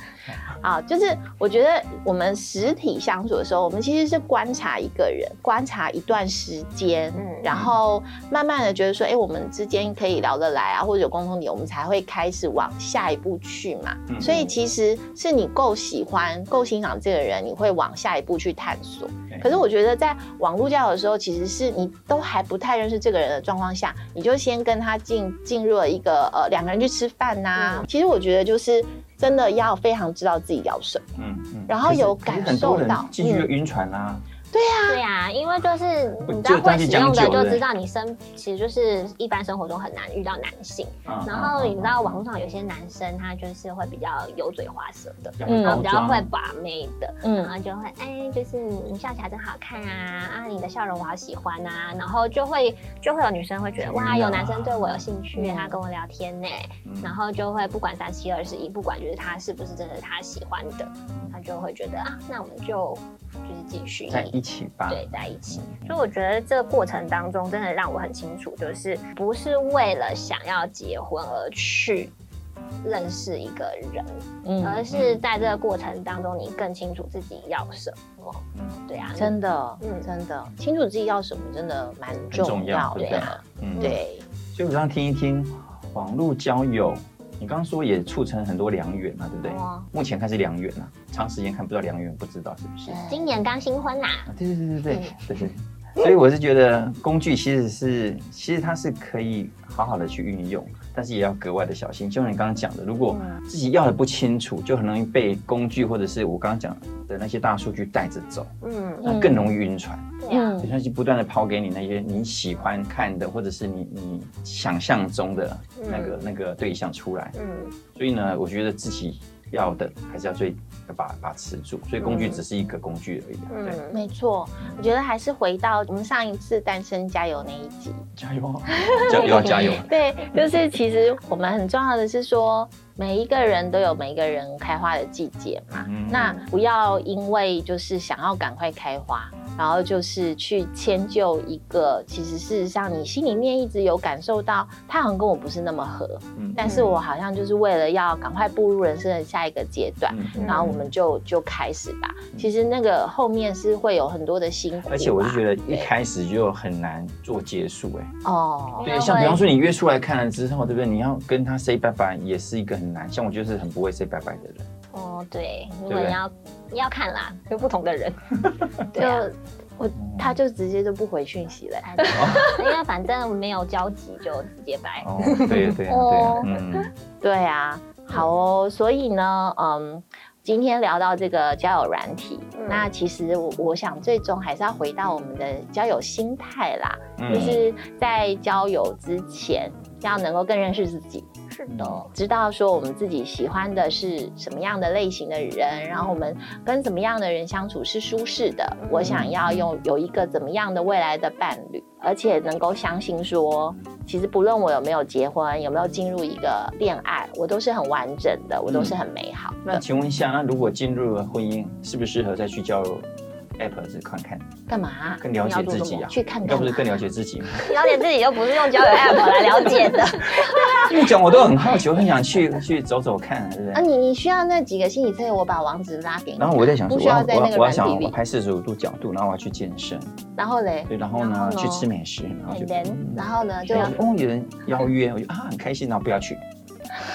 [SPEAKER 2] 啊，就是我觉得我们实体相处的时候，我们其实是观察一个人，观察一段时间，
[SPEAKER 4] 嗯
[SPEAKER 2] 然后慢慢的觉得说，哎、我们之间可以聊得来啊，或者有共同点，我们才会开始往下一步去嘛。
[SPEAKER 3] 嗯
[SPEAKER 2] 所以其实是你够喜欢、够欣赏这个人，你会往下一步去探索。
[SPEAKER 3] 对
[SPEAKER 2] 可是我觉得在网络交友的时候，其实是你都还不太认识这个人的状况下，你就先跟他进进入了一个呃两个人去吃饭呐、其实我觉得就是真的要非常知道自己要什么。
[SPEAKER 3] 嗯嗯
[SPEAKER 2] 然后有
[SPEAKER 3] 可是可是
[SPEAKER 2] 感
[SPEAKER 3] 很多
[SPEAKER 2] 受
[SPEAKER 3] 人
[SPEAKER 2] 到
[SPEAKER 3] 进去就
[SPEAKER 2] 嗯
[SPEAKER 3] 晕船啊啦，
[SPEAKER 4] 对呀，因为就是
[SPEAKER 3] 我
[SPEAKER 4] 你知
[SPEAKER 3] 就这
[SPEAKER 4] 道会
[SPEAKER 3] 样去
[SPEAKER 4] 使
[SPEAKER 3] 讲
[SPEAKER 4] 用的
[SPEAKER 3] 久
[SPEAKER 4] 就
[SPEAKER 3] 了
[SPEAKER 4] 知道你生，其实就是一般生活中很难遇到男性。
[SPEAKER 3] 嗯
[SPEAKER 4] 然后你知道网络
[SPEAKER 3] 嗯
[SPEAKER 4] 上有些男生他就是会比较油嘴滑舌的，
[SPEAKER 3] 嗯
[SPEAKER 4] 然后比较会把妹的，然
[SPEAKER 2] 嗯，
[SPEAKER 4] 后就会哎，就是你笑起来真好看啊，啊你的笑容我好喜欢啊，然后就会就会有女生会觉得哇，
[SPEAKER 3] 天哪
[SPEAKER 4] 有男生对我有兴趣，
[SPEAKER 2] 嗯
[SPEAKER 4] 他跟我聊天呢，
[SPEAKER 3] 嗯
[SPEAKER 4] 然后就会不管三七二十一，不管就是他是不是真的他喜欢的，他就会觉得啊，那我们就就是继续
[SPEAKER 3] 在一起吧，嗯
[SPEAKER 4] 对，在一起。所以我觉得这个过程当中，真的让我很清楚，就是不是为了想要结婚而去认识一个人，
[SPEAKER 2] 嗯
[SPEAKER 4] 而是在这个过程当中，你更清楚自己要什么。
[SPEAKER 3] 嗯
[SPEAKER 4] 对啊，
[SPEAKER 2] 真的，哦
[SPEAKER 4] 嗯
[SPEAKER 2] 真的，清楚自己要什么，真的蛮
[SPEAKER 3] 很重
[SPEAKER 2] 重要
[SPEAKER 3] 要，对不对
[SPEAKER 2] 的。？
[SPEAKER 3] 嗯，
[SPEAKER 2] 对，
[SPEAKER 3] 所以我刚刚听一听网络交友，你刚刚说也促成很多良缘嘛，对不对
[SPEAKER 4] 哦？
[SPEAKER 3] 目前看是良缘啊，长时间看不到良缘，不知道是不是？
[SPEAKER 2] 对
[SPEAKER 4] 今年刚新婚呐、
[SPEAKER 3] 啊对对对对对对对。所以我是觉得工具其实是，其实它是可以好好的去运用，但是也要格外的小心。就像你刚刚讲的，如果
[SPEAKER 4] 啊
[SPEAKER 3] 自己要的不清楚，就很容易被工具或者是我刚刚讲的那些大数据带着走，
[SPEAKER 4] 嗯，
[SPEAKER 3] 那更容易晕船。
[SPEAKER 4] 对啊，
[SPEAKER 2] 嗯
[SPEAKER 3] 就像是不断的抛给你那些你喜欢看的，或者是你你想象中的
[SPEAKER 2] 嗯
[SPEAKER 3] 那个、那个对象出来。
[SPEAKER 4] 嗯
[SPEAKER 3] 所以呢，我觉得自己要的还是要最要把把持住，所以工具
[SPEAKER 4] 嗯
[SPEAKER 3] 只是一个工具而已、啊。对，
[SPEAKER 4] 嗯，
[SPEAKER 2] 没错。我觉得还是回到我们上一次单身加油那一集，
[SPEAKER 3] (laughs) 加油啊，加油啊，加油！
[SPEAKER 2] 对，就是其实我们很重要的是说，每一个人都有每一个人开花的季节嘛。
[SPEAKER 3] 嗯
[SPEAKER 2] 那不要因为就是想要赶快开花，然后就是去迁就一个，其实事实上你心里面一直有感受到，他好像跟我不是那么合，
[SPEAKER 3] 嗯
[SPEAKER 2] 但是我好像就是为了要赶快步入人生的下一个阶段。
[SPEAKER 3] 嗯嗯
[SPEAKER 2] 然后我们就就开始吧。其实那个后面是会有很多的辛苦啊，
[SPEAKER 3] 而且我就觉得一开始就很难做结束、哎。
[SPEAKER 2] 哦，
[SPEAKER 4] 因为
[SPEAKER 3] 对，像比方说你约出来看了之后，对不对？你要跟他 say 拜拜，也是一个很难。像我就是很不会 say 拜拜的人，
[SPEAKER 4] 哦对，
[SPEAKER 3] 对
[SPEAKER 4] 如果
[SPEAKER 3] 不对
[SPEAKER 4] 你要你要看啦，有不同的人，
[SPEAKER 2] 就
[SPEAKER 4] 对啊。
[SPEAKER 2] 我他就直接就不回讯息了。
[SPEAKER 4] 哎因为反正没有交集就直接掰。
[SPEAKER 3] 哦，对对啊对啊
[SPEAKER 4] 哦，
[SPEAKER 2] (laughs)
[SPEAKER 3] 嗯，
[SPEAKER 2] 对啊，好哦。所以呢，嗯，今天聊到这个交友软体，
[SPEAKER 4] 嗯
[SPEAKER 2] 那其实我我想最终还是要回到我们的交友心态啦，
[SPEAKER 3] 嗯
[SPEAKER 2] 就是在交友之前要能够更认识自己。
[SPEAKER 4] 是的，
[SPEAKER 2] 哦知道说我们自己喜欢的是什么样的类型的人，然后我们跟怎么样的人相处是舒适的。我想要用有一个怎么样的未来的伴侣，而且能够相信说，其实不论我有没有结婚，有没有进入一个恋爱，我都是很完整的，我都是很美好的。
[SPEAKER 3] 那请问一下，那如果进入了婚姻，适不适合再去交友 app 子看看，
[SPEAKER 2] 干嘛？
[SPEAKER 3] 更了解自己
[SPEAKER 2] 你要做什么
[SPEAKER 3] 啊？
[SPEAKER 2] 去看
[SPEAKER 3] 要
[SPEAKER 2] 看
[SPEAKER 3] 不
[SPEAKER 2] 嘛
[SPEAKER 3] 是。更了解自己吗？
[SPEAKER 4] 了解自己又不是用交友 app 来了解
[SPEAKER 2] (laughs)
[SPEAKER 4] 的，
[SPEAKER 3] 你讲我都很好奇，我很想去去走走看，对不
[SPEAKER 2] 啊，
[SPEAKER 3] 对？
[SPEAKER 2] 你你需要那几个心理测验，我把网址拉给你。
[SPEAKER 3] 然后我在想说，
[SPEAKER 2] 不
[SPEAKER 3] 我
[SPEAKER 2] 需要
[SPEAKER 3] 要
[SPEAKER 2] 在
[SPEAKER 3] 我
[SPEAKER 2] 那
[SPEAKER 3] 要
[SPEAKER 2] 个
[SPEAKER 3] 我要
[SPEAKER 2] 软体
[SPEAKER 3] 想我
[SPEAKER 2] 里。
[SPEAKER 3] 拍四十五度角度，然后我要去健身，
[SPEAKER 2] 然后嘞，
[SPEAKER 3] 对，然后
[SPEAKER 2] 然
[SPEAKER 3] 呢
[SPEAKER 2] 后呢
[SPEAKER 3] 去吃美食，然后就
[SPEAKER 4] And then，
[SPEAKER 3] 嗯
[SPEAKER 2] 然后呢，就
[SPEAKER 3] 对啊，哦有人邀约，我就啊很开心，然后不要去，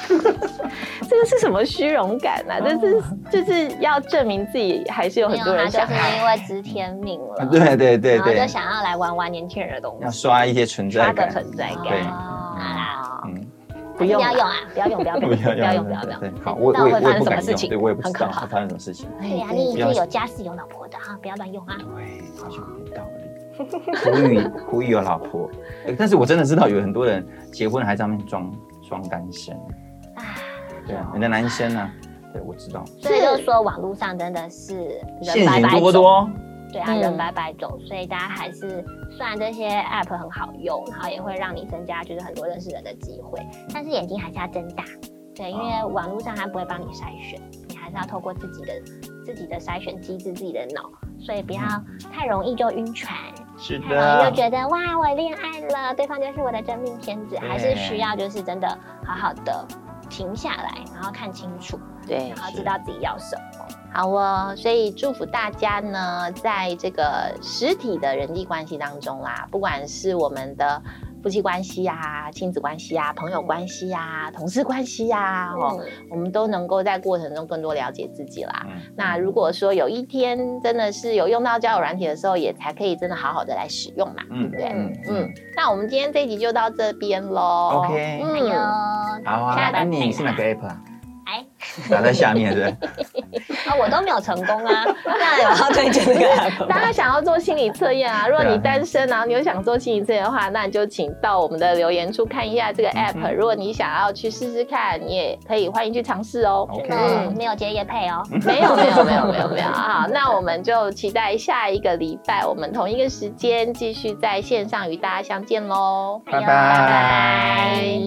[SPEAKER 2] 这个是什么虚荣感啊？这是就是要证明自己还是有
[SPEAKER 4] 没
[SPEAKER 2] 很
[SPEAKER 4] 有
[SPEAKER 2] 多
[SPEAKER 4] 他
[SPEAKER 2] 人
[SPEAKER 4] 就
[SPEAKER 2] 想
[SPEAKER 4] 是因为知天命了，
[SPEAKER 3] 啊 (laughs) 对对对
[SPEAKER 4] 嗯然后
[SPEAKER 3] 对
[SPEAKER 4] 就，想要来玩玩年轻人的东
[SPEAKER 3] 要
[SPEAKER 4] 西，啊
[SPEAKER 3] 刷一些存
[SPEAKER 4] 刷
[SPEAKER 3] 在
[SPEAKER 4] 个
[SPEAKER 3] 感，
[SPEAKER 4] 存在感。
[SPEAKER 3] 对
[SPEAKER 2] 啊
[SPEAKER 3] 嗯， (laughs)
[SPEAKER 2] 不用
[SPEAKER 4] 不
[SPEAKER 2] 啦
[SPEAKER 4] 要用啊！不要用，不要用，
[SPEAKER 3] 不
[SPEAKER 4] 不要
[SPEAKER 3] 要要
[SPEAKER 4] 用，不要用。
[SPEAKER 3] 对，好，我我
[SPEAKER 4] 不知道会
[SPEAKER 3] 也
[SPEAKER 4] 发
[SPEAKER 3] 我也
[SPEAKER 4] 生
[SPEAKER 3] 不
[SPEAKER 4] 什么
[SPEAKER 3] 敢
[SPEAKER 4] 事
[SPEAKER 3] 用，
[SPEAKER 4] 情
[SPEAKER 3] 对我也不知
[SPEAKER 2] 很可
[SPEAKER 3] 道
[SPEAKER 2] 怕
[SPEAKER 3] 会发生什么事情，
[SPEAKER 2] 哎
[SPEAKER 4] 对呀，
[SPEAKER 2] 对
[SPEAKER 4] 你已
[SPEAKER 3] 不嗯要
[SPEAKER 4] 经啊有家室有老婆的哈，不要乱用啊！
[SPEAKER 3] 对，好像有道理，呼吁呼吁有老婆，哎但是我真的知道有很多人结婚还在那边装装单身，
[SPEAKER 4] 啊，
[SPEAKER 3] 对啊，人家男生啊，对我知道，
[SPEAKER 4] 所以就说网络上真的是人
[SPEAKER 3] 陷
[SPEAKER 4] 白
[SPEAKER 3] 阱
[SPEAKER 4] 白
[SPEAKER 3] 多
[SPEAKER 4] 走，
[SPEAKER 3] 多。
[SPEAKER 4] 对啊，
[SPEAKER 2] 嗯
[SPEAKER 4] 人白白走，所以大家还是虽然这些 app 很好用，然后也会让你增加就是很多认识人的机会，但是眼睛还是要睁大，对，因
[SPEAKER 3] 哦
[SPEAKER 4] 为网络上它不会帮你筛选，你还是要透过自己的自己的筛选机制、自己的脑，所以不要
[SPEAKER 3] 嗯
[SPEAKER 4] 太容易就晕船。
[SPEAKER 3] 是
[SPEAKER 4] 太容易
[SPEAKER 3] 的
[SPEAKER 4] 就，觉得哇，我恋爱了，对方就是我的真命天子，
[SPEAKER 3] 对
[SPEAKER 4] 还是需要就是真的好好的停下来，然后看清楚，
[SPEAKER 2] 对
[SPEAKER 4] 然，后知道自己要什么。
[SPEAKER 2] 好哦。所以祝福大家呢，在这个实体的人际关系当中啦，不管是我们的夫妻关系啊、亲子关系啊、朋友关系啊、同事关系啊，哦，
[SPEAKER 4] 嗯，
[SPEAKER 2] 我们都能够在过程中更多了解自己啦。
[SPEAKER 3] 嗯
[SPEAKER 2] 那如果说有一天真的是有用到交友软体的时候，也才可以真的好好的来使用嘛。
[SPEAKER 3] 嗯
[SPEAKER 2] 对
[SPEAKER 3] 嗯
[SPEAKER 2] 嗯
[SPEAKER 3] 嗯，，
[SPEAKER 2] 那我们今天这集就到这边喽。
[SPEAKER 3] OK
[SPEAKER 4] 哎
[SPEAKER 2] 嗯，
[SPEAKER 4] 呦，
[SPEAKER 3] 好啊，
[SPEAKER 4] 下
[SPEAKER 3] 那
[SPEAKER 4] 单
[SPEAKER 3] 你是哪个 app 啊？
[SPEAKER 4] 哎，
[SPEAKER 3] 打在下面是不是？
[SPEAKER 4] 啊，我都没有成功啊，那有要推荐这个
[SPEAKER 3] (laughs)
[SPEAKER 4] app
[SPEAKER 2] 大
[SPEAKER 4] 吗？
[SPEAKER 2] 家想要做心理测验啊，如果
[SPEAKER 3] 对啊
[SPEAKER 2] 你单身，然后你又想做心理测验的话，那你就请到我们的留言处看一下这个
[SPEAKER 3] 嗯
[SPEAKER 2] app、如果你想要去试试看，你也可以欢迎去尝试哦。
[SPEAKER 3] OK
[SPEAKER 4] 嗯，没有接叶配哦，
[SPEAKER 2] 没有没有没有没有没有好，那我们就期待下一个礼拜，我们同一个时间继续在线上与大家相见喽，
[SPEAKER 4] 哎呦
[SPEAKER 3] 拜拜
[SPEAKER 2] 拜拜。